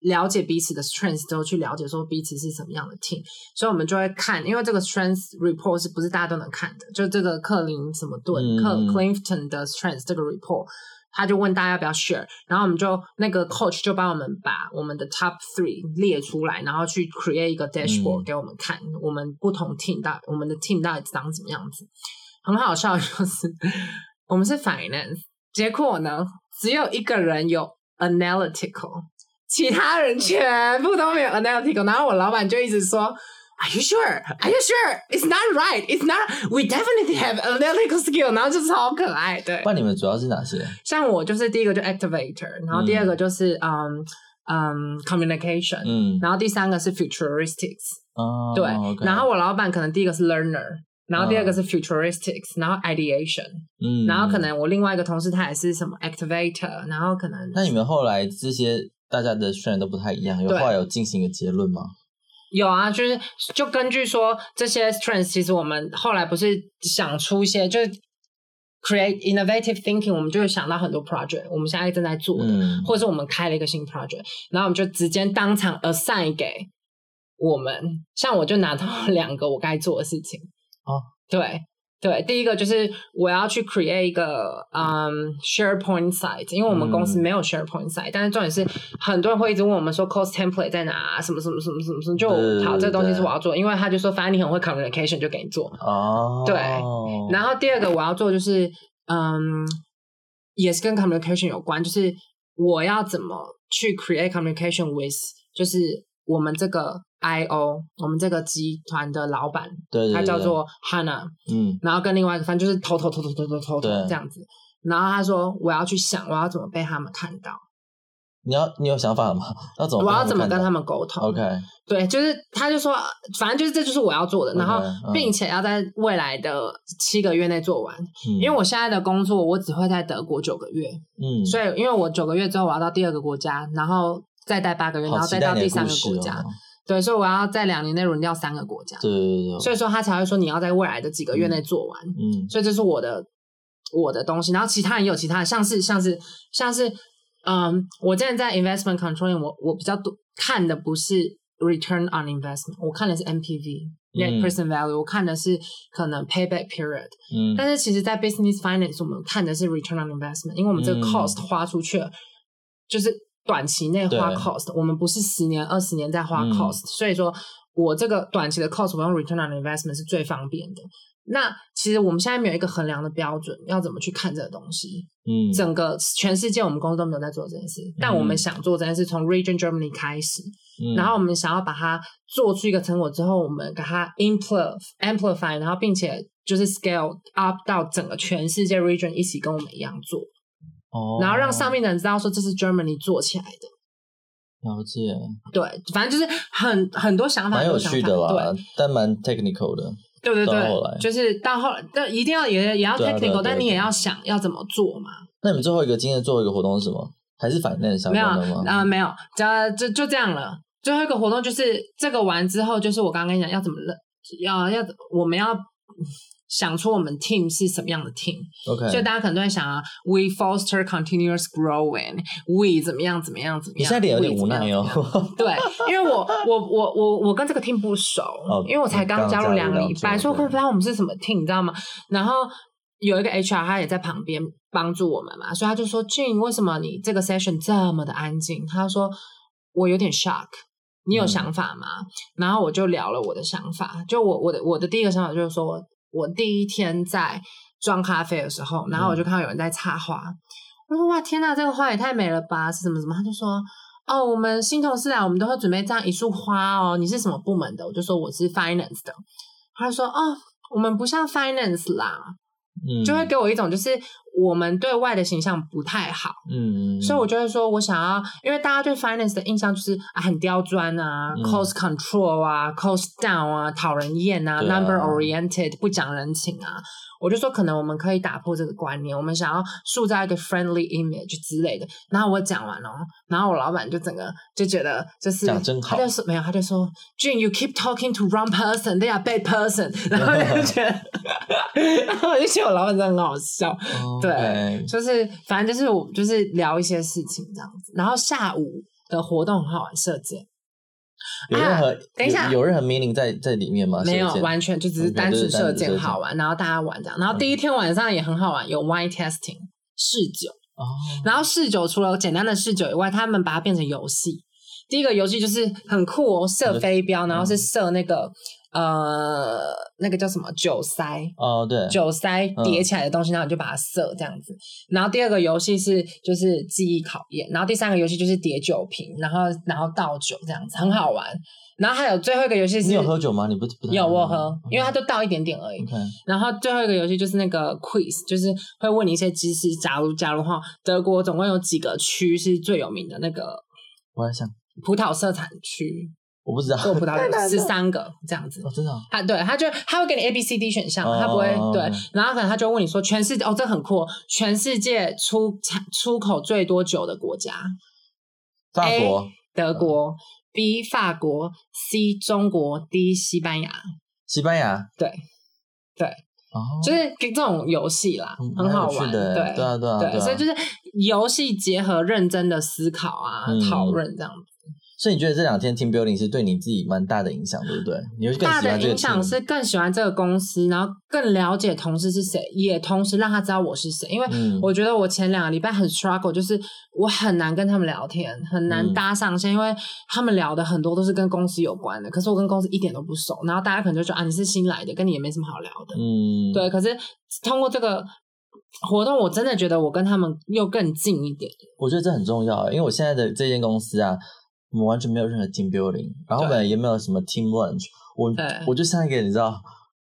Speaker 2: 了解彼此的 strength 之后，去了解说彼此是什么样的 team，所以我们就会看，因为这个 strength report 是不是大家都能看的？就这个克林什么顿、
Speaker 1: 嗯
Speaker 2: 克 Clifton 的 strength 这个 report，他就问大家要不要 share，然后我们就那个 coach 就帮我们把我们的 top three 列出来，然后去 create 一个 dashboard
Speaker 1: 嗯
Speaker 2: 给我们看，我们不同 team 到我们的 team 到底长什么样子。很好笑，的就是我们是 finance，结果呢，只有一个人有 analytical，其他人全部都没有 analytical。然后我老板就一直说。Are you sure? Are you sure? It's not right. It's not. We definitely have analytical skill. 然后就超可爱，对
Speaker 1: 不。然你们主要是哪些？
Speaker 2: 像我就是第一个就 activator，然后第二个就是嗯嗯 communication，、
Speaker 1: 嗯，
Speaker 2: 然后第三个是 futuristics，、
Speaker 1: 哦，
Speaker 2: 对。
Speaker 1: OK
Speaker 2: 然后我老板可能第一个是 learner，然后第二个是 futuristics，、然后 ideation，、
Speaker 1: 嗯，
Speaker 2: 然后可能我另外一个同事他也是什么 activator，然后可能
Speaker 1: 那你们后来这些大家的虽然都不太一样，有
Speaker 2: 对
Speaker 1: 后来有进行一个结论吗？
Speaker 2: 有啊，就是就根据说这些 strengths，其实我们后来不是想出一些就是 create innovative thinking，我们就会想到很多 project，我们现在正在做的。
Speaker 1: 嗯，
Speaker 2: 或者是我们开了一个新 project，然后我们就直接当场 assign 给我们。像我就拿到了两个我该做的事情。
Speaker 1: 哦，
Speaker 2: 对对，第一个就是我要去 create 一个嗯、SharePoint site，因为我们公
Speaker 1: 嗯
Speaker 2: 司没有 SharePoint site，、但是重点是很多人会一直问我们说 cost template 在哪、啊，什么什么什么什么什么，就
Speaker 1: 对
Speaker 2: 好，这个东西是
Speaker 1: 对
Speaker 2: 我要做，因为他就说反正你很会 communication，就给你做。
Speaker 1: 哦，
Speaker 2: 对然后第二个我要做就是，嗯，也是跟 communication 有关，就是我要怎么去 create communication with，就是我们这个 IO，我们这个集团的老板，
Speaker 1: 对对
Speaker 2: 他
Speaker 1: 对
Speaker 2: 叫做 Hannah，
Speaker 1: 对嗯
Speaker 2: 然后跟另外一个反正就是头头头头头头头头
Speaker 1: 对
Speaker 2: 这样子。然后他说：“我要去想，我要怎么被他们看到，
Speaker 1: 你要你有想法吗？要怎么？
Speaker 2: 我要怎么跟他
Speaker 1: 哦们
Speaker 2: 们沟
Speaker 1: 看
Speaker 2: 通。
Speaker 1: 到？OK，嗯
Speaker 2: 对，就是他就说，反正就是这就是我要做的，然后
Speaker 1: OK，嗯
Speaker 2: 并且要在未来的七个月内做完。
Speaker 1: 嗯
Speaker 2: 因为我现在的工作，我只会在德国九个月，
Speaker 1: 嗯，
Speaker 2: 所以因为我九个月之后我要到第二个国家，然后再待八个月，然
Speaker 1: 好
Speaker 2: 后
Speaker 1: 期
Speaker 2: 再
Speaker 1: 待
Speaker 2: 到
Speaker 1: 你
Speaker 2: 第
Speaker 1: 的
Speaker 2: 三
Speaker 1: 故
Speaker 2: 个
Speaker 1: 事
Speaker 2: 国
Speaker 1: 哦
Speaker 2: 家，对，所以我要在两年内轮掉三个国家，
Speaker 1: 对对对
Speaker 2: 所
Speaker 1: 对，
Speaker 2: 以说他才会说你要在未来的几个月内做完，
Speaker 1: 嗯
Speaker 2: 所以这是我的我的东西，然后其他人也有其他的，像是像是像是嗯，我之前在 investment controlling，我我比较多看的不是 return on investment，我看的是 MPV。Net
Speaker 1: 嗯
Speaker 2: present value，、我看的是可能 payback period，
Speaker 1: 嗯，
Speaker 2: 但是其实，在 business finance 我们看的是 return on investment，因为我们这个
Speaker 1: 嗯
Speaker 2: cost 花出去了，就是短期内花
Speaker 1: 对
Speaker 2: cost，我们不是十年、二十年在花
Speaker 1: 嗯
Speaker 2: cost，、所以说我这个短期的 cost 我用 return on investment 是最方便的。那其实我们现在没有一个衡量的标准，要怎么去看这个东西？
Speaker 1: 嗯
Speaker 2: 整个全世界我们公司都没有在做这件事，但我们
Speaker 1: 嗯
Speaker 2: 想做这件事，从 Region Germany 开始，
Speaker 1: 嗯
Speaker 2: 然后我们想要把它做出一个成果之后，我们给它 improve amplify，然后并且就是 scale up 到整个全世界 region 一起跟我们一样做，
Speaker 1: 哦
Speaker 2: 然后让上面的人知道说这是 Germany 做起来的。
Speaker 1: 了解，
Speaker 2: 对，反正就是很很多想法，
Speaker 1: 蛮有
Speaker 2: 很多
Speaker 1: 趣
Speaker 2: 想法
Speaker 1: 的啦，但蛮 technical 的，
Speaker 2: 对对对
Speaker 1: 到后来
Speaker 2: 对，就是到后来，但一定要也也要
Speaker 1: 对啊对啊对
Speaker 2: technical，、
Speaker 1: 啊
Speaker 2: 但你
Speaker 1: 对啊
Speaker 2: 也要想要怎么做嘛。
Speaker 1: 那你们最后一个今天最后一个活动是什么？还是反面相
Speaker 2: 没有
Speaker 1: 关
Speaker 2: 啊
Speaker 1: 的吗？，
Speaker 2: 呃没有，只要就就这样了。最后一个活动就是这个完之后，就是我刚刚跟你讲要怎么认，要要我们要想出我们 team 是什么样的 team，、
Speaker 1: OK，
Speaker 2: 所以大家可能都在想啊，we foster continuous growing，we 怎么样怎么样怎么样。
Speaker 1: 你现在脸有点
Speaker 2: we
Speaker 1: 无
Speaker 2: 怎么样
Speaker 1: 奈哦。
Speaker 2: 怎么样对，因为我我我我我跟这个 team 不熟，因为我才哦刚加入两个礼
Speaker 1: 刚
Speaker 2: 拜，
Speaker 1: 加入两周
Speaker 2: 所以我不知道我们是什么 team，你知道吗？然后有一个 HR 他也在旁边帮助我们嘛，所以他就说 j a n 为什么你这个 session 这么的安静？”他说：“我有点 shock。”你有
Speaker 1: 嗯
Speaker 2: 想法吗？然后我就聊了我的想法，就我我的我的第一个想法就是说我我第一天在装咖啡的时候，然后
Speaker 1: 嗯
Speaker 2: 我就看到有人在插花，我说哇天呐，这个花也太美了吧，是什么什么？他就说哦，我们新同事来，我们都会准备这样一束花哦。你是什么部门的？我就说我是 finance 的。他就说哦，我们不像 finance 啦，
Speaker 1: [LAUGHS] 嗯
Speaker 2: 就会给我一种就是我们对外的形象不太好，
Speaker 1: 嗯，嗯
Speaker 2: 所以我就会说我想要，因为大家对 finance 的印象就是啊很刁钻啊、
Speaker 1: 嗯
Speaker 2: c o s t control 啊、cost down 啊、讨人厌啊、
Speaker 1: 对啊
Speaker 2: number oriented 不讲人情啊。我就说，可能我们可以打破这个观念，我们想要塑造一个 friendly image 之类的。然后我讲完哦，然后我老板就整个就觉得就是
Speaker 1: 讲真好
Speaker 2: 他就说没有，他就说 j u n you keep talking to wrong person, they are bad
Speaker 1: [LAUGHS]
Speaker 2: person。然后我就觉得， [LAUGHS] 然后我就觉得我老板真的很好笑。
Speaker 1: OK
Speaker 2: 对，就是反正就是我就是聊一些事情这样子，然后下午的活动很好玩，射箭
Speaker 1: 有任何、
Speaker 2: 啊等一下
Speaker 1: 有有任何 meaning 在在里面吗？
Speaker 2: 没有
Speaker 1: 射箭
Speaker 2: 啊完全就只是
Speaker 1: OK，
Speaker 2: 单
Speaker 1: 就是
Speaker 2: 纯射
Speaker 1: 单纯射
Speaker 2: 箭嗯
Speaker 1: 箭
Speaker 2: 好玩，然后大家玩这样，然后第一天晚上也很好玩，有 wine testing 试酒，
Speaker 1: 哦，
Speaker 2: 然后试酒除了简单的试酒以外，他们把它变成游戏。第一个游戏就是很酷哦，射飞镖，然后是嗯射那个、呃那个叫什么酒塞，
Speaker 1: 哦，对，
Speaker 2: 酒塞叠起来的东西，然后你就把它射这样子。然后第二个游戏是就是记忆考验，然后第三个游戏就是叠酒瓶，然后然后倒酒这样子，很好玩。然后还有最后一个游戏是
Speaker 1: 你有喝酒吗？你不不太嗯
Speaker 2: 有我
Speaker 1: 吗哦
Speaker 2: 喝，因为它都倒一点点而已。
Speaker 1: OK，
Speaker 2: 然后最后一个游戏就是那个 quiz，就是会问你一些知识。假如假如哈，德国总共有几个区是最有名的？那个
Speaker 1: 我在想，
Speaker 2: 葡萄色产区，
Speaker 1: 我不知道，
Speaker 2: 做葡萄
Speaker 3: 太难
Speaker 2: 酒
Speaker 3: 了
Speaker 2: 十三个这样子。
Speaker 1: 哦，真的啊
Speaker 2: 他对他就他会给你 A B C D 选项，
Speaker 1: 哦
Speaker 2: 他不会
Speaker 1: 哦
Speaker 2: 对
Speaker 1: 哦，
Speaker 2: 然后可能他就会问你说，全世界哦，这很酷哦，全世界出产出口最多酒的国家，
Speaker 1: 法
Speaker 2: A
Speaker 1: 国
Speaker 2: 德
Speaker 1: 嗯
Speaker 2: 国、B 法国、C 中国、D 西班牙，
Speaker 1: 哦西班牙，
Speaker 2: 对对
Speaker 1: 哦，
Speaker 2: 就是这种游戏啦，
Speaker 1: 嗯
Speaker 2: 很
Speaker 1: 蛮
Speaker 2: 好
Speaker 1: 有趣
Speaker 2: 玩，
Speaker 1: 的
Speaker 2: 对
Speaker 1: 对啊对啊对
Speaker 2: 对，
Speaker 1: 啊
Speaker 2: 所以就是游戏结合认真的思考啊
Speaker 1: 嗯，
Speaker 2: 讨论这样子。
Speaker 1: 所以你觉得这两天 team building 是对你自己蛮大的影响，对不对？你会更
Speaker 2: 大
Speaker 1: 喜
Speaker 2: 的
Speaker 1: 欢这个
Speaker 2: 影响
Speaker 1: team
Speaker 2: 是更喜欢这个公司，然后更了解同事是谁，也同时让他知道我是谁。因为
Speaker 1: 嗯
Speaker 2: 我觉得我前两个礼拜很 struggle，就是我很难跟他们聊天，很难
Speaker 1: 嗯
Speaker 2: 搭上线，因为他们聊的很多都是跟公司有关的，可是我跟公司一点都不熟。然后大家可能就说啊，你是新来的，跟你也没什么好聊的。
Speaker 1: 嗯，
Speaker 2: 对，，可是通过这个活动，我真的觉得我跟他们又更近一点。
Speaker 1: 我觉得这很重要，欸因为我现在的这间公司啊，我们完全没有任何 team building，然后我们也没有什么 team lunch，我
Speaker 2: 对
Speaker 1: 我就像一个你知道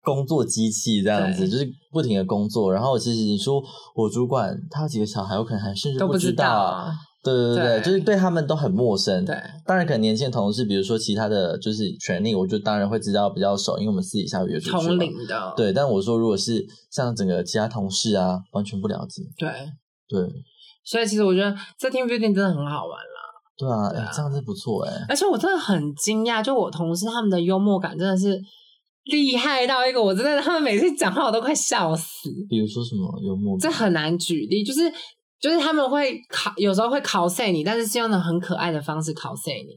Speaker 1: 工作机器这样子，
Speaker 2: 对
Speaker 1: 就是不停的工作。然后其实你说我主管他有几个小孩，我可能还甚至
Speaker 2: 都不
Speaker 1: 知
Speaker 2: 知道啊
Speaker 1: 对对对，
Speaker 2: 对
Speaker 1: 就是对他们都很陌生。
Speaker 2: 对，
Speaker 1: 当然可能年轻的同事，比如说其他的就是权利，我就当然会知道比较熟，因为我们私底下有约出去嘛
Speaker 2: 同龄的，
Speaker 1: 对，但我说如果是像整个其他同事啊，完全不了解。
Speaker 2: 对，
Speaker 1: 对
Speaker 2: 所以其实我觉得这 team building 真的很好玩啦。
Speaker 1: 对啊，
Speaker 2: 对
Speaker 1: 哎、
Speaker 2: 啊
Speaker 1: 这样子不错哎、
Speaker 2: 而且我真的很惊讶，就我同事他们的幽默感真的是厉害到一个，我真的他们每次讲话我都快笑死。
Speaker 1: 比如说什么幽默
Speaker 2: 这
Speaker 1: 感，
Speaker 2: 很难举例，就是就是他们会考，有时候会考 o 你，但是是用那种很可爱的方式考 o 你。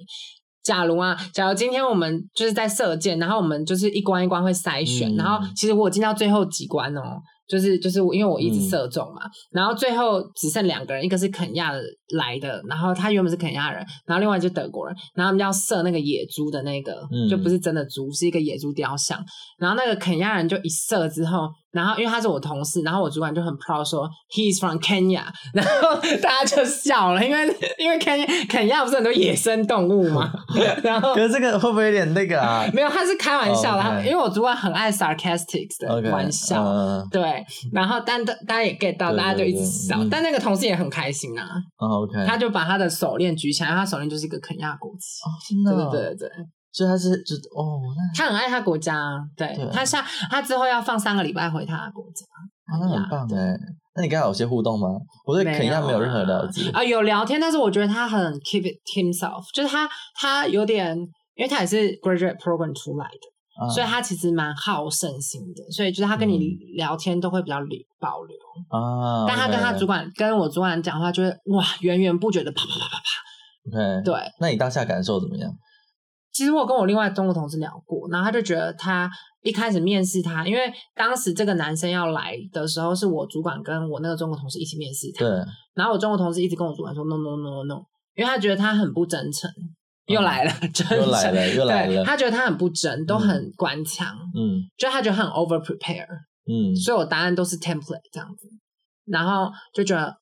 Speaker 2: 假如啊，假如今天我们就是在射箭，然后我们就是一关一关会筛选，
Speaker 1: 嗯
Speaker 2: 然后其实我有进到最后几关哦，就是就是我因为我一直
Speaker 1: 嗯
Speaker 2: 射中嘛，然后最后只剩两个人，一个是肯亚的来的，然后他原本是肯亚人，然后另外就是德国人，然后他们要射那个野猪的那个，
Speaker 1: 嗯
Speaker 2: 就不是真的猪，是一个野猪雕像。然后那个肯亚人就一射之后，然后因为他是我同事，然后我主管就很 proud 说 he is from Kenya，然 [LAUGHS] 后大家就笑了，因为因为肯肯亚不是很多野生动
Speaker 1: [LAUGHS]
Speaker 2: 物嘛，然后
Speaker 1: 可是这个会不会有点那个
Speaker 2: [LAUGHS]
Speaker 1: 啊
Speaker 2: 没有他是开玩笑的，他
Speaker 1: OK
Speaker 2: 因为我主管很爱 sarcastic
Speaker 1: ？OK，
Speaker 2: 的玩笑。
Speaker 1: 嗯
Speaker 2: 对，然后但大大家也 get 到，
Speaker 1: 对
Speaker 2: 大家就一直
Speaker 1: 对对
Speaker 2: 笑，
Speaker 1: 嗯
Speaker 2: 但那个同事也很开心啊，
Speaker 1: 嗯，OK，
Speaker 2: 他就把他的手链举起来，他手链就是一个肯亚国旗。
Speaker 1: 哦，真的
Speaker 2: 对
Speaker 1: 哦，
Speaker 2: 对对对，对
Speaker 1: 所以他是就哦，那
Speaker 2: 他很爱他国家啊，对
Speaker 1: 对
Speaker 2: 他下他之后要放三个礼拜回他的国家。
Speaker 1: 啊那很棒哎。那你刚刚有些互动吗？我对肯亚没有任何了解。
Speaker 2: 啊，有聊天，但是我觉得他很 keep it himself，就是他他有点，因为他也是 graduate program 出来的，
Speaker 1: 啊
Speaker 2: 所以他其实蛮好胜心的，所以就是他跟你
Speaker 1: 嗯
Speaker 2: 聊天都会比较礼保留。
Speaker 1: 啊，
Speaker 2: 但他跟他主
Speaker 1: 管
Speaker 2: 管跟我主管讲话，就会哇源源不绝的啪啪啪啪啪。
Speaker 1: 对，
Speaker 2: 对，
Speaker 1: 那你当下感受怎么
Speaker 2: [LAUGHS]
Speaker 1: 样？
Speaker 2: 其实我有跟我另外中国同事聊过，然后他就觉得他一开始面试他，因为当时这个男生要来的时候，是我主管跟我那个中国同事一起面试他。
Speaker 1: 对，
Speaker 2: 然后我中国同事一直跟我主管说 no no no no，因为他觉得他很不真诚。又来了，真诚
Speaker 1: 嗯又来了又来了
Speaker 2: 对他觉得他很不真，都很官腔，
Speaker 1: 嗯
Speaker 2: 就他觉得他很 over prepare，
Speaker 1: 嗯
Speaker 2: 所以我答案都是 template 这样子，然后就觉得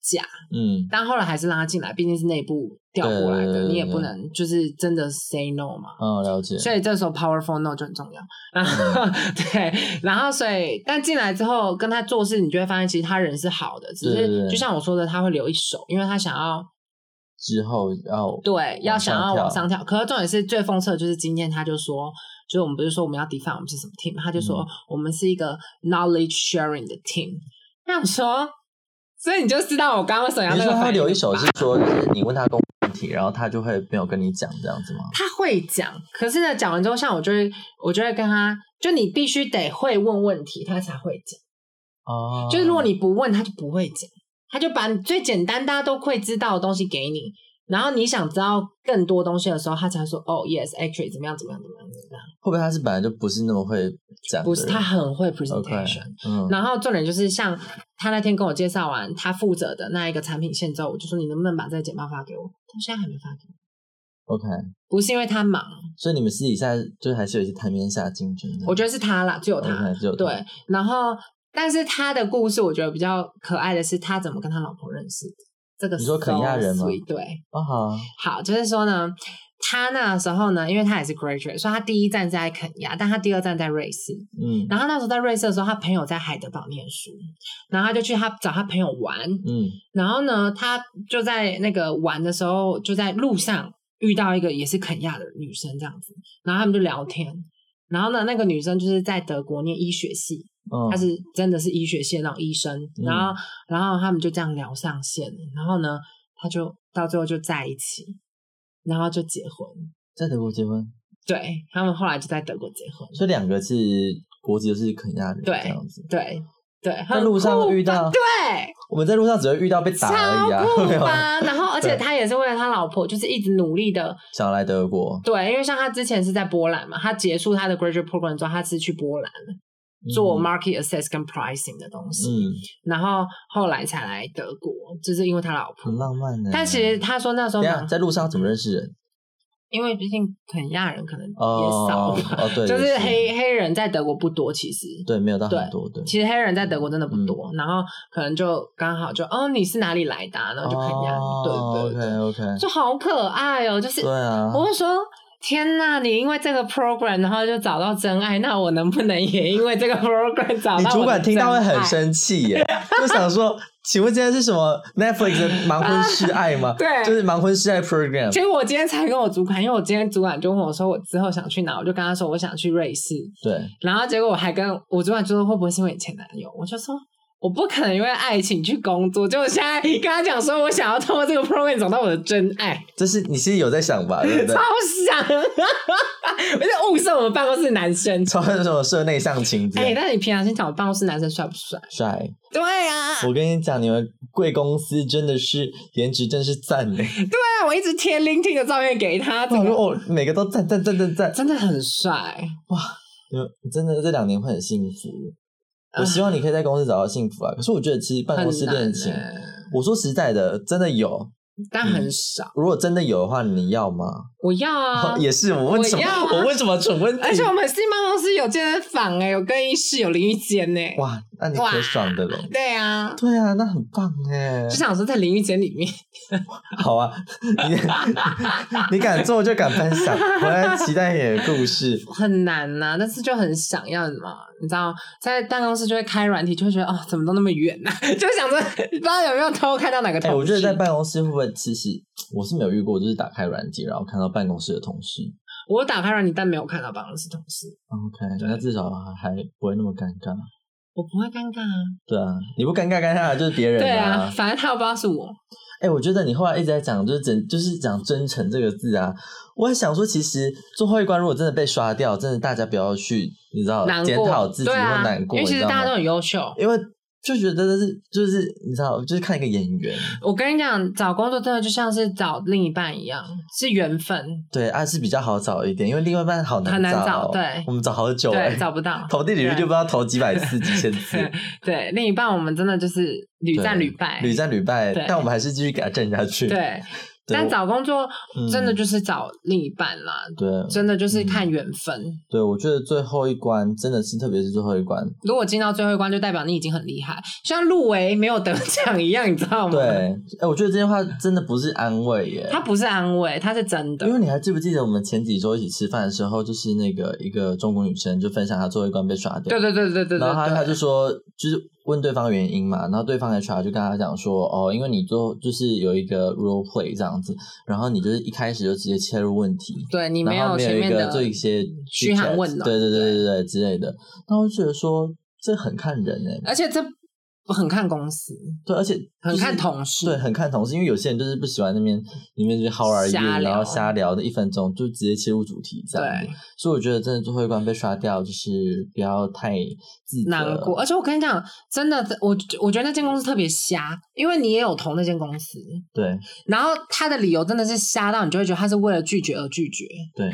Speaker 2: 假。
Speaker 1: 嗯，
Speaker 2: 但后来还是让他进来，毕竟是内部调过来
Speaker 1: 对对
Speaker 2: 的，
Speaker 1: 对
Speaker 2: 你也
Speaker 1: 对
Speaker 2: 不
Speaker 1: 对
Speaker 2: 能就是真的 say no 嘛。
Speaker 1: 哦，了解。
Speaker 2: 所以这时候 powerful no 就很重要。然后、
Speaker 1: 嗯
Speaker 2: [LAUGHS] 对，然后所以但进来之后跟他做事，你就会发现其实他人是好的，只
Speaker 1: 对对
Speaker 2: 是
Speaker 1: 对
Speaker 2: 就像我说的，他会留一手，因为他想要
Speaker 1: 之后要
Speaker 2: 对要想要
Speaker 1: 跳
Speaker 2: 往上跳。可是重点是最讽刺的就是今天他就说。就是我们不是说我们要 define 我们是什么 team，他就说
Speaker 1: 嗯
Speaker 2: 我们是一个 knowledge sharing 的 team。那我说，所以你就知道我刚刚为什么要
Speaker 1: 你
Speaker 2: 那
Speaker 1: 是说
Speaker 2: 个
Speaker 1: 他
Speaker 2: 反
Speaker 1: 留
Speaker 2: 应
Speaker 1: 一
Speaker 2: 了
Speaker 1: 手
Speaker 2: 吧
Speaker 1: 是说，就是你问他公问题，然后他就会没有跟你讲这样子吗？
Speaker 2: 他会讲，可是呢，讲完之后，像我就会，我就会跟他，就你必须得会问问题，他才会讲。
Speaker 1: 哦，
Speaker 2: 就是如果你不问，他就不会讲，他就把最简单大家都会知道的东西给你，然后你想知道更多东西的时候，他才说哦，yes，actually 怎么样怎么样怎么样怎么样。
Speaker 1: 会不会他是本来就不是那么会讲的人？
Speaker 2: 不是他很会
Speaker 1: OK，
Speaker 2: presentation，、
Speaker 1: 嗯，
Speaker 2: 然后重点就是像他那天跟我介绍完他负责的那一个产品线之后，我就说你能不能把这个简报发给我？他现在还没发给我，
Speaker 1: OK，
Speaker 2: 不是因为他忙，
Speaker 1: 所以你们私底下就还是有一些台面下竞争的。
Speaker 2: 我觉得是他啦，只有他。
Speaker 1: OK，只有他
Speaker 2: 对，然后但是他的故事我觉得比较可爱的是他怎么跟他老婆认识的。这个
Speaker 1: 你说肯
Speaker 2: so
Speaker 1: 亚人吗
Speaker 2: sweet，对，
Speaker 1: 啊好，
Speaker 2: 好，就是说呢，他那时候呢，因为他也是 graduate，所以他第一站是在肯亚，但他第二站在瑞士。
Speaker 1: 嗯
Speaker 2: 然后那时候在瑞士的时候，他朋友在海德堡念书，然后他就去他找他朋友玩，
Speaker 1: 嗯
Speaker 2: 然后呢，他就在那个玩的时候，就在路上遇到一个也是肯亚的女生这样子，然后他们就聊天。然后呢，那个女生就是在德国念医学系，
Speaker 1: 嗯，
Speaker 2: 她是真的是医学系的那种医生。然后，然后他们就这样聊上线了。然后呢，他就到最后就在一起，然后就结婚。
Speaker 1: 在德国结婚，
Speaker 2: 对他们后来就在德国结婚。
Speaker 1: 所以两个是国籍都是肯亚人，
Speaker 2: 对
Speaker 1: 这样子。
Speaker 2: 对对，
Speaker 1: 在路上
Speaker 2: 很酷
Speaker 1: 遇到
Speaker 2: 吧对，
Speaker 1: 我们在路上只会遇到被打而已啊，[LAUGHS]
Speaker 2: 超
Speaker 1: 没
Speaker 2: 酷
Speaker 1: 有
Speaker 2: 吧？然后，而且
Speaker 1: 对
Speaker 2: 他也是为了他老婆，就是一直努力的。
Speaker 1: 想要来德国
Speaker 2: 对，因为像他之前是在波兰嘛，他结束他的 graduate program 之后，他是去波兰做
Speaker 1: 嗯
Speaker 2: market assess 跟 pricing 的东西，
Speaker 1: 嗯，
Speaker 2: 然后后来才来德国，就是因为他老婆。
Speaker 1: 很浪漫的。
Speaker 2: 但其实嗯他说那时候
Speaker 1: 嗯等一
Speaker 2: 蛮，
Speaker 1: 下在路上怎么认识人？
Speaker 2: 因为毕竟肯亚人可能也少
Speaker 1: 哦
Speaker 2: 吧，
Speaker 1: 哦对，
Speaker 2: 就是
Speaker 1: 也
Speaker 2: 黑黑人在德国不多，其实。
Speaker 1: 对，没有到很多对。
Speaker 2: 其实黑人在德国真的不
Speaker 1: 嗯
Speaker 2: 多，然后可能就刚好就哦，你是哪里来的、啊？然后就肯亚人，对对对，
Speaker 1: 哦 OK OK，
Speaker 2: 就好可爱哦，就是
Speaker 1: 对啊，
Speaker 2: 我就说。天呐，你因为这个 program，然后就找到真爱，那我能不能也因为这个 program 找到我
Speaker 1: 你
Speaker 2: 的
Speaker 1: 主管听到会
Speaker 2: 真
Speaker 1: 很
Speaker 2: 爱。
Speaker 1: 生气耶，就想说，请问今天是什么 Netflix 的盲婚示爱吗？
Speaker 2: 啊 [LAUGHS] 对
Speaker 1: 就是盲婚示爱 program。
Speaker 2: 结果我今天才跟我主管，因为我今天主管就问我说我之后想去哪，我就跟他说我想去瑞士，
Speaker 1: 对，
Speaker 2: 然后结果我还跟我主管就说会不会是因为你前男友，我就说。我不可能因为爱情去工作，就我现在跟他讲说，我想要通过这个 program 找到我的真爱，
Speaker 1: 这是你其实有在想吧，对
Speaker 2: [LAUGHS]
Speaker 1: 不对
Speaker 2: 超？想，我就物色我们办公室男生。
Speaker 1: 超那种社内相亲这
Speaker 2: 哎、
Speaker 1: 样。
Speaker 2: 那你平常先讲我办公室男生帅不帅？
Speaker 1: 帅！
Speaker 2: 对啊，
Speaker 1: 我跟你讲，你们贵公司真的是颜值真是赞
Speaker 2: [LAUGHS]
Speaker 1: 嘞！
Speaker 2: 对啊，我一直贴 LinkedIn 的照片给他，
Speaker 1: 我
Speaker 2: 怎
Speaker 1: 想说
Speaker 2: 么
Speaker 1: 哦，每个都赞赞赞赞赞，
Speaker 2: 真的很帅？
Speaker 1: 你们真的这两年会很幸福。我
Speaker 2: 啊
Speaker 1: 希望你可以在公司找到幸福啊！可是我觉得其实办
Speaker 2: 很
Speaker 1: 公室恋
Speaker 2: 难
Speaker 1: 情，
Speaker 2: 欸
Speaker 1: 我说实在的，真的有。
Speaker 2: 但
Speaker 1: 嗯
Speaker 2: 很少。
Speaker 1: 如果真的有的话，你要吗？
Speaker 2: 我要啊
Speaker 1: 哦 [LAUGHS] ，也是，我问什么？
Speaker 2: 我要啊
Speaker 1: 我问什么蠢问题？
Speaker 2: 而且我们新办公室有健身房哎、有更衣室，有淋浴间呢、
Speaker 1: 哇，那你可爽的了。
Speaker 2: 对啊，
Speaker 1: 对啊，那很棒哎
Speaker 2: 就！想说在淋浴间里面，
Speaker 1: 好啊， [LAUGHS] 你 [LAUGHS] 你敢做就敢分享，我来期待你的故
Speaker 2: [LAUGHS]
Speaker 1: 事。
Speaker 2: 很难呐、但是就很想要嘛，你知道，在办公室就会开软体，就会觉得哦，怎么都那么远呐、 [LAUGHS] 就想着不知道有没有偷看到哪个
Speaker 1: 哎、
Speaker 2: 同事。
Speaker 1: 我觉得在办公室会不会，其实我是没有遇过，就是打开软件，然后看到办公室的同事。
Speaker 2: 我打开软体，但没有看到办公室同事，
Speaker 1: OK，那至少还不会那么尴尬。
Speaker 2: 我不会尴尬啊。
Speaker 1: 对啊，你不尴尬，尴尬的就是别人
Speaker 2: 对啊，
Speaker 1: 啊。
Speaker 2: 反正他又不知道是我。
Speaker 1: 哎、我觉得你后来一直在讲，就是真，就是讲真诚这个字啊。我还想说，其实最后一关如果真的被刷掉，真的大家不要去，你知道
Speaker 2: 难，
Speaker 1: 哦检讨
Speaker 2: 过，
Speaker 1: 自己
Speaker 2: 对
Speaker 1: 或
Speaker 2: 啊，
Speaker 1: 难过，
Speaker 2: 因为其
Speaker 1: 你
Speaker 2: 实
Speaker 1: 知道
Speaker 2: 大家都
Speaker 1: 吗？
Speaker 2: 很优秀。
Speaker 1: 因为就觉得这是就是你知道，就是看一个演员，
Speaker 2: 我跟你讲，找工作真的就像是找另一半一样，是缘分，
Speaker 1: 对，啊是比较好找一点，因为另外一半好
Speaker 2: 很
Speaker 1: 难
Speaker 2: 难
Speaker 1: 哦
Speaker 2: 找对
Speaker 1: 我们找好久哎、
Speaker 2: 对，找不到。
Speaker 1: [LAUGHS] 投递履历就不知道投几百次、几千次，
Speaker 2: [LAUGHS] 对，另一半我们真的就是屡战
Speaker 1: 对
Speaker 2: 屡败，
Speaker 1: 屡战屡败
Speaker 2: 对，
Speaker 1: 但我们还是继续给他站下去。
Speaker 2: 对。
Speaker 1: 对
Speaker 2: 但
Speaker 1: 我
Speaker 2: 找工作
Speaker 1: 嗯
Speaker 2: 真的就是找另一半啦，
Speaker 1: 对
Speaker 2: 真的就是看缘分。
Speaker 1: 对，我觉得最后一关真的是，特别是最后一关，
Speaker 2: 如果进到最后一关，就代表你已经很厉害，像入围没有得奖一样，你知道吗？
Speaker 1: 对，哎、我觉得这句话真的不是安慰耶。
Speaker 2: 它不是安慰，它是真的
Speaker 1: 因。为你还记不记得我们前几周一起吃饭的时候，就是那个一个中国女生就分享她最后一关被刷掉，
Speaker 2: 对对对对对对
Speaker 1: 然后她她
Speaker 2: 对，
Speaker 1: 就说，就是问对方原因嘛，然后对方 HR 就跟她讲说，哦，因为你做就是有一个 role play 这样子，然后你就是一开始就直接切入问题，
Speaker 2: 对你没
Speaker 1: 然后没
Speaker 2: 前
Speaker 1: 有一
Speaker 2: 面
Speaker 1: 个
Speaker 2: 的
Speaker 1: 做一些
Speaker 2: 嘘寒
Speaker 1: chit-chat，
Speaker 2: 问暖
Speaker 1: 对对对对对之类的，那我就觉得说这很看人哎、
Speaker 2: 而且这我很看公司，
Speaker 1: 对，而且、就是、
Speaker 2: 很看同事，
Speaker 1: 对，很看同事，因为有些人就是不喜欢那边里面就 how are you，
Speaker 2: 嗯瞎聊
Speaker 1: 然后瞎聊的一分钟就直接切入主题这样子
Speaker 2: 对。
Speaker 1: 所以我觉得真的最后一关被刷掉，就是不要太自责
Speaker 2: 难过。而且我跟你讲，真的，我我觉得那间公司特别瞎，因为你也有投那间公司，
Speaker 1: 对
Speaker 2: 然后他的理由真的是瞎到你就会觉得他是为了拒绝而拒绝。
Speaker 1: 对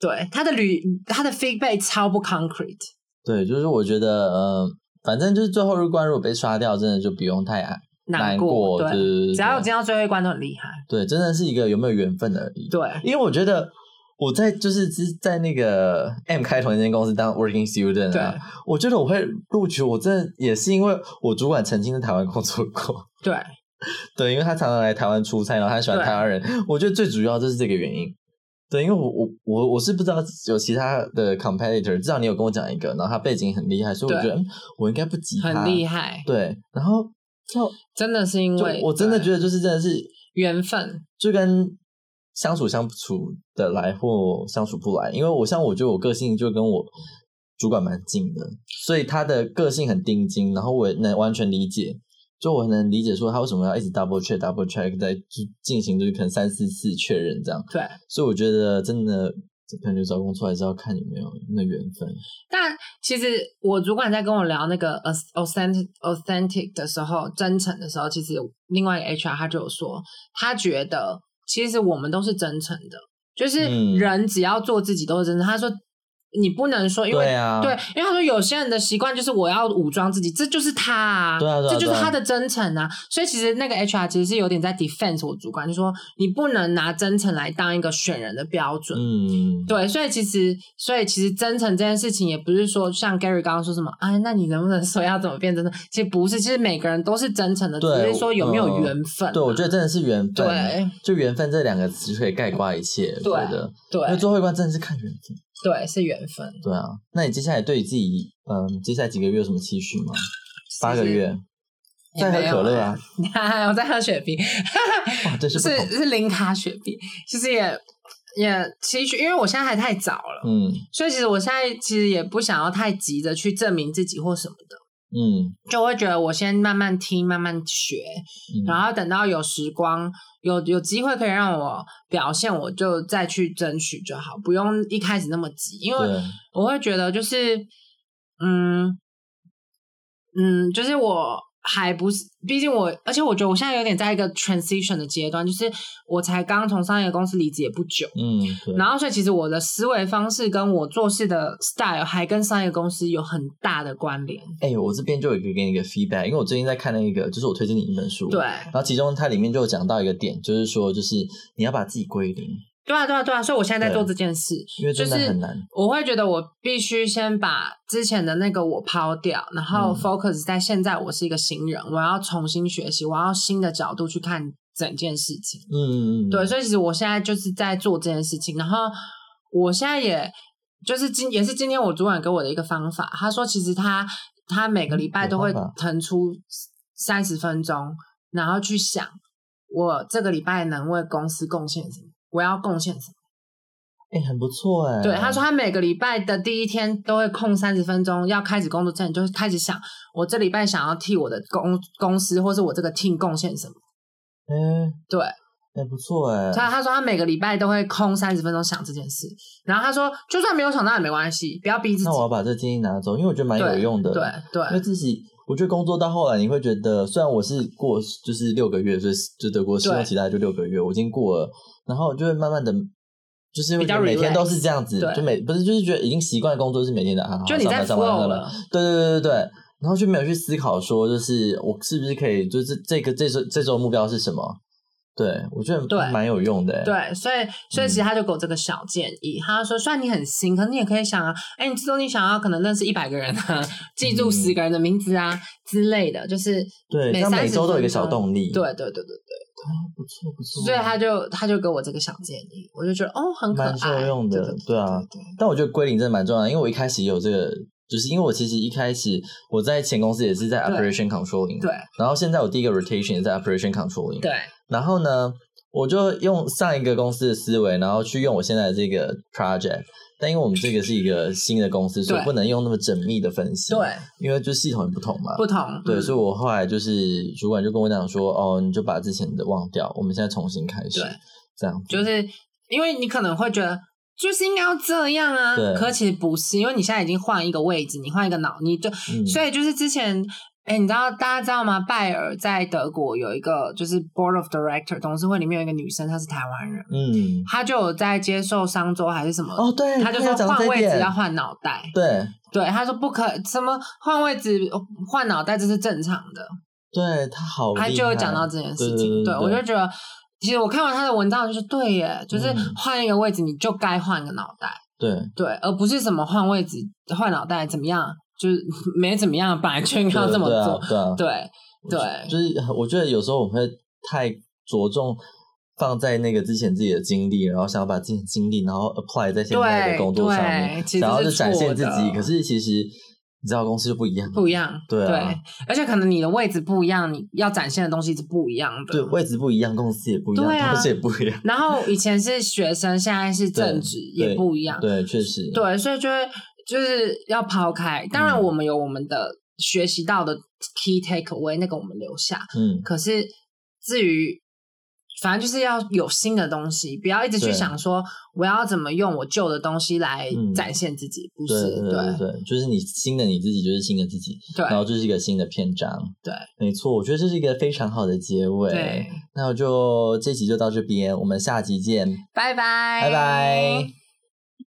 Speaker 2: 对，他的履他的 feedback 超不 concrete。
Speaker 1: 对，就是我觉得呃，反正就是最后一关如果被刷掉，真的就不用太
Speaker 2: 难
Speaker 1: 过，
Speaker 2: 对，
Speaker 1: 对对对
Speaker 2: 只要有
Speaker 1: 对
Speaker 2: 进到最后一关都很厉害。
Speaker 1: 对，真的是一个有没有缘分而已。
Speaker 2: 对，
Speaker 1: 因为我觉得我在就是之在那个 M 开头那间公司当 working student 啊
Speaker 2: 对，
Speaker 1: 我觉得我会录取，我真的也是因为我主管曾经在台湾工作过，
Speaker 2: 对，
Speaker 1: 对，因为他常常来台湾出差，然后他喜欢
Speaker 2: 对
Speaker 1: 台湾人，我觉得最主要就是这个原因。对，因为我我我我是不知道有其他的 competitor，至少你有跟我讲一个，然后他背景很厉害，所以我觉
Speaker 2: 对
Speaker 1: 得嗯我应该不及他。
Speaker 2: 很厉害，
Speaker 1: 对，然后就
Speaker 2: 真的是因
Speaker 1: 就
Speaker 2: 为
Speaker 1: 我真的
Speaker 2: 对
Speaker 1: 觉得就是真的是
Speaker 2: 缘分。
Speaker 1: 就跟相处相处的来或相处不来，因为我像我觉得我个性就跟我主管蛮近的，所以他的个性很钉钉，然后我也能完全理解，就我能理解说他为什么要一直 double check double check 在进行就是可能三四次确认这样，
Speaker 2: 对，
Speaker 1: 所以我觉得真的可能找工作还是要看有没有那缘分，
Speaker 2: 但其实我主管在跟我聊那个 aus- authentic authentic 的时候，真诚的时候，其实另外一个 HR 他就有说，他觉得其实我们都是真诚的，就是
Speaker 1: 嗯
Speaker 2: 人只要做自己都是真诚。他说你不能说因为
Speaker 1: 对啊，
Speaker 2: 对，因为他说有些人的习惯就是我要武装自己，这就是他啊，
Speaker 1: 对啊对啊
Speaker 2: 这就是
Speaker 1: 对啊
Speaker 2: 他的真诚啊。所以其实那个 HR 其实是有点在 defense 我主管，就说你不能拿真诚来当一个选人的标准。
Speaker 1: 嗯，
Speaker 2: 对，所以其实，所以其实真诚这件事情也不是说像 Gary 刚刚说什么，哎，那你能不能说要怎么变真诚？其实不是，其实每个人都是真诚的，只
Speaker 1: 对
Speaker 2: 是说有没有
Speaker 1: 嗯
Speaker 2: 缘分啊、
Speaker 1: 对，我觉得真的是缘分啊，
Speaker 2: 对
Speaker 1: 就缘分这两个词就可以概括一切，我觉得，因为
Speaker 2: 对
Speaker 1: 最后一关真的是看缘分。
Speaker 2: 对是缘分。
Speaker 1: 对啊，那你接下来对自己，嗯，接下来几个月有什么期许吗？八
Speaker 2: 其
Speaker 1: 个
Speaker 2: 实
Speaker 1: 月，
Speaker 2: 也
Speaker 1: 再喝
Speaker 2: 没有
Speaker 1: 可乐啊！
Speaker 2: [LAUGHS] 我在喝雪碧，
Speaker 1: 哇，真是不
Speaker 2: 是
Speaker 1: 同。
Speaker 2: 是零卡雪碧，其实也也其实因为我现在还太早了，
Speaker 1: 嗯
Speaker 2: 所以其实我现在其实也不想要太急着去证明自己或什么的，
Speaker 1: 嗯
Speaker 2: 就会觉得我先慢慢听，慢慢学，
Speaker 1: 嗯，
Speaker 2: 然后等到有时光有有机会可以让我表现，我就再去争取就好，不用一开始那么急，因为
Speaker 1: 对，
Speaker 2: 我会觉得就是，嗯嗯，就是我还不是，毕竟我，而且我觉得我现在有点在一个 transition 的阶段，就是我才刚从上一个公司离职也不久，
Speaker 1: 嗯对，
Speaker 2: 然后所以其实我的思维方式跟我做事的 style 还跟上一个公司有很大的关联。
Speaker 1: 哎、我这边就有一个给你一个 feedback，因为我最近在看那个，就是我推荐你一本书，
Speaker 2: 对，
Speaker 1: 然后其中它里面就有讲到一个点，就是说，就是你要把自己归零，
Speaker 2: 对啊，对啊，对啊，所以我现在在做
Speaker 1: 对
Speaker 2: 这件事，
Speaker 1: 因为真的
Speaker 2: 就是
Speaker 1: 很难。
Speaker 2: 我会觉得我必须先把之前的那个我抛掉，然后
Speaker 1: 嗯
Speaker 2: focus 在现在我是一个新人，我要重新学习，我要新的角度去看整件事情。
Speaker 1: 嗯嗯嗯，
Speaker 2: 对，所以其实我现在就是在做这件事情，然后我现在也就是今也是今天我主管给我的一个方法，他说其实他他每个礼拜
Speaker 1: 有
Speaker 2: 都会
Speaker 1: 方法
Speaker 2: 腾出三十分钟，然后去想我这个礼拜能为公司贡献什么，我要贡献什么。
Speaker 1: 哎、很不错哎、
Speaker 2: 对，他说他每个礼拜的第一天都会空三十分钟，要开始工作之前就开始想，我这礼拜想要替我的公公司或是我这个 team 贡献什么。
Speaker 1: 哎、
Speaker 2: 对，
Speaker 1: 哎、不错哎、
Speaker 2: 他他说他每个礼拜都会空三十分钟想这件事，然后他说就算没有想到也没关系，不要逼自己
Speaker 1: 那。我要把这个建议拿走，因为我觉得蛮有用的。
Speaker 2: 对
Speaker 1: 因为
Speaker 2: 对
Speaker 1: 自己，我觉得工作到后来，你会觉得，虽然我是过就是六个月，所以就德国试用期大概就六个月，我已经过了，然后就会慢慢的，就是会
Speaker 2: 比较
Speaker 1: 觉得每
Speaker 2: relax
Speaker 1: 天都是这样子，
Speaker 2: 对
Speaker 1: 就每不是就是觉得已经习惯工作是每天的啊，好
Speaker 2: 就你
Speaker 1: 上
Speaker 2: 在
Speaker 1: 班上班
Speaker 2: flow
Speaker 1: 上班
Speaker 2: 了，
Speaker 1: 对对对对对，然后就没有去思考说，就是我是不是可以，就是这个这周这周目标是什么？对我觉得
Speaker 2: 对
Speaker 1: 蛮有用的、欸，
Speaker 2: 对，所以所以其实
Speaker 1: 嗯
Speaker 2: 他就给我这个小建议，他说虽然你很新，可是你也可以想啊，哎，你之中你想要可能认识一百个人啊，记住
Speaker 1: 嗯
Speaker 2: 十个人的名字啊之类的，就是
Speaker 1: 对，这
Speaker 2: 每
Speaker 1: 样每
Speaker 2: 30
Speaker 1: 周都有一个
Speaker 2: 分
Speaker 1: 小
Speaker 2: 钟
Speaker 1: 动力，
Speaker 2: 对对对对对。
Speaker 1: 不错不错，
Speaker 2: 所以他就他就给我这个小建议，我就觉得哦，很可
Speaker 1: 嗯
Speaker 2: 爱，
Speaker 1: 蛮受用的
Speaker 2: 对对
Speaker 1: 对啊
Speaker 2: 对
Speaker 1: 但我觉得归零真的蛮重要的，因为我一开始也有这个，就是因为我其实一开始我在前公司也是在
Speaker 2: 对
Speaker 1: operation controlling，
Speaker 2: 对
Speaker 1: 然后现在我第一个 rotation 也在 operation controlling，
Speaker 2: 对，
Speaker 1: 然后呢，我就用上一个公司的思维，然后去用我现在的这个 project。但因为我们这个是一个新的公司，所以
Speaker 2: 对
Speaker 1: 不能用那么缜密的分析。，
Speaker 2: 对，
Speaker 1: 因为就系统也不同嘛。
Speaker 2: 不同，
Speaker 1: 对，
Speaker 2: 嗯
Speaker 1: 所以我后来就是主管就跟我讲说，哦，你就把之前的忘掉，我们现在重新开始
Speaker 2: 对，
Speaker 1: 这样子。
Speaker 2: 就是因为你可能会觉得就是应该要这样啊
Speaker 1: 对，
Speaker 2: 可其实不是，因为你现在已经换一个位置，你换一个脑，你就、
Speaker 1: 嗯
Speaker 2: 所以就是之前。哎，你知道大家知道吗？拜耳在德国有一个就是 board of director 董事会里面有一个女生，她是台湾人， [LAUGHS]
Speaker 1: 嗯，
Speaker 2: 她就有在接受商周还是什么，
Speaker 1: 哦，对，
Speaker 2: 她就
Speaker 1: 要
Speaker 2: 说
Speaker 1: 讲到
Speaker 2: 换
Speaker 1: 这一
Speaker 2: 位置
Speaker 1: 点
Speaker 2: 要换脑袋，
Speaker 1: 对
Speaker 2: 对，她说不可什么换位置哦换脑袋这是正常的，
Speaker 1: 对，他好厉害，
Speaker 2: 他就会讲到这件事情。
Speaker 1: 对对对
Speaker 2: 我就觉得，其实我看完他的文章，就是对耶，就是
Speaker 1: 嗯
Speaker 2: 换一个位置，你就该换个脑袋，
Speaker 1: 对
Speaker 2: 对，而不是什么换位置、换脑袋怎么样，就是没怎么样，本来就应该要这么做。
Speaker 1: 对啊，对啊
Speaker 2: 对对
Speaker 1: 就是我觉得有时候我们会太着重。放在那个之前自己的经历，然后想要把自己的经历，然后 apply 在现在的
Speaker 2: 对
Speaker 1: 工作上面
Speaker 2: 对，其实
Speaker 1: 然后
Speaker 2: 是
Speaker 1: 就展
Speaker 2: 错
Speaker 1: 现自己。
Speaker 2: 的
Speaker 1: 可是其实你知道，公司就不一样，
Speaker 2: 不一样。
Speaker 1: 对啊
Speaker 2: 而且可能你的位置不一样，你要展现的东西是不一样的。
Speaker 1: 对位置不一样，公司也不一样，
Speaker 2: 对啊
Speaker 1: 同事也不一样。
Speaker 2: 然后以前是学生，现在是正职，
Speaker 1: 对
Speaker 2: 也不一样。
Speaker 1: 对，确实，
Speaker 2: 对，所以就会就是要抛开。当然，
Speaker 1: 嗯
Speaker 2: 我们有我们的学习到的 key takeaway，那个我们留下。
Speaker 1: 嗯，
Speaker 2: 可是至于，反正就是要有新的东西，不要一直去
Speaker 1: 对
Speaker 2: 想说我要怎么用我旧的东西来
Speaker 1: 嗯
Speaker 2: 展现自己，不
Speaker 1: 对
Speaker 2: 是
Speaker 1: 对对对，就是你新的你自己就是新的自己，
Speaker 2: 对
Speaker 1: 然后就是一个新的篇章。
Speaker 2: 对，
Speaker 1: 没错，我觉得这是一个非常好的结尾。
Speaker 2: 对，
Speaker 1: 那我就这集就到这边，我们下集见，
Speaker 2: 拜拜，
Speaker 1: 拜拜。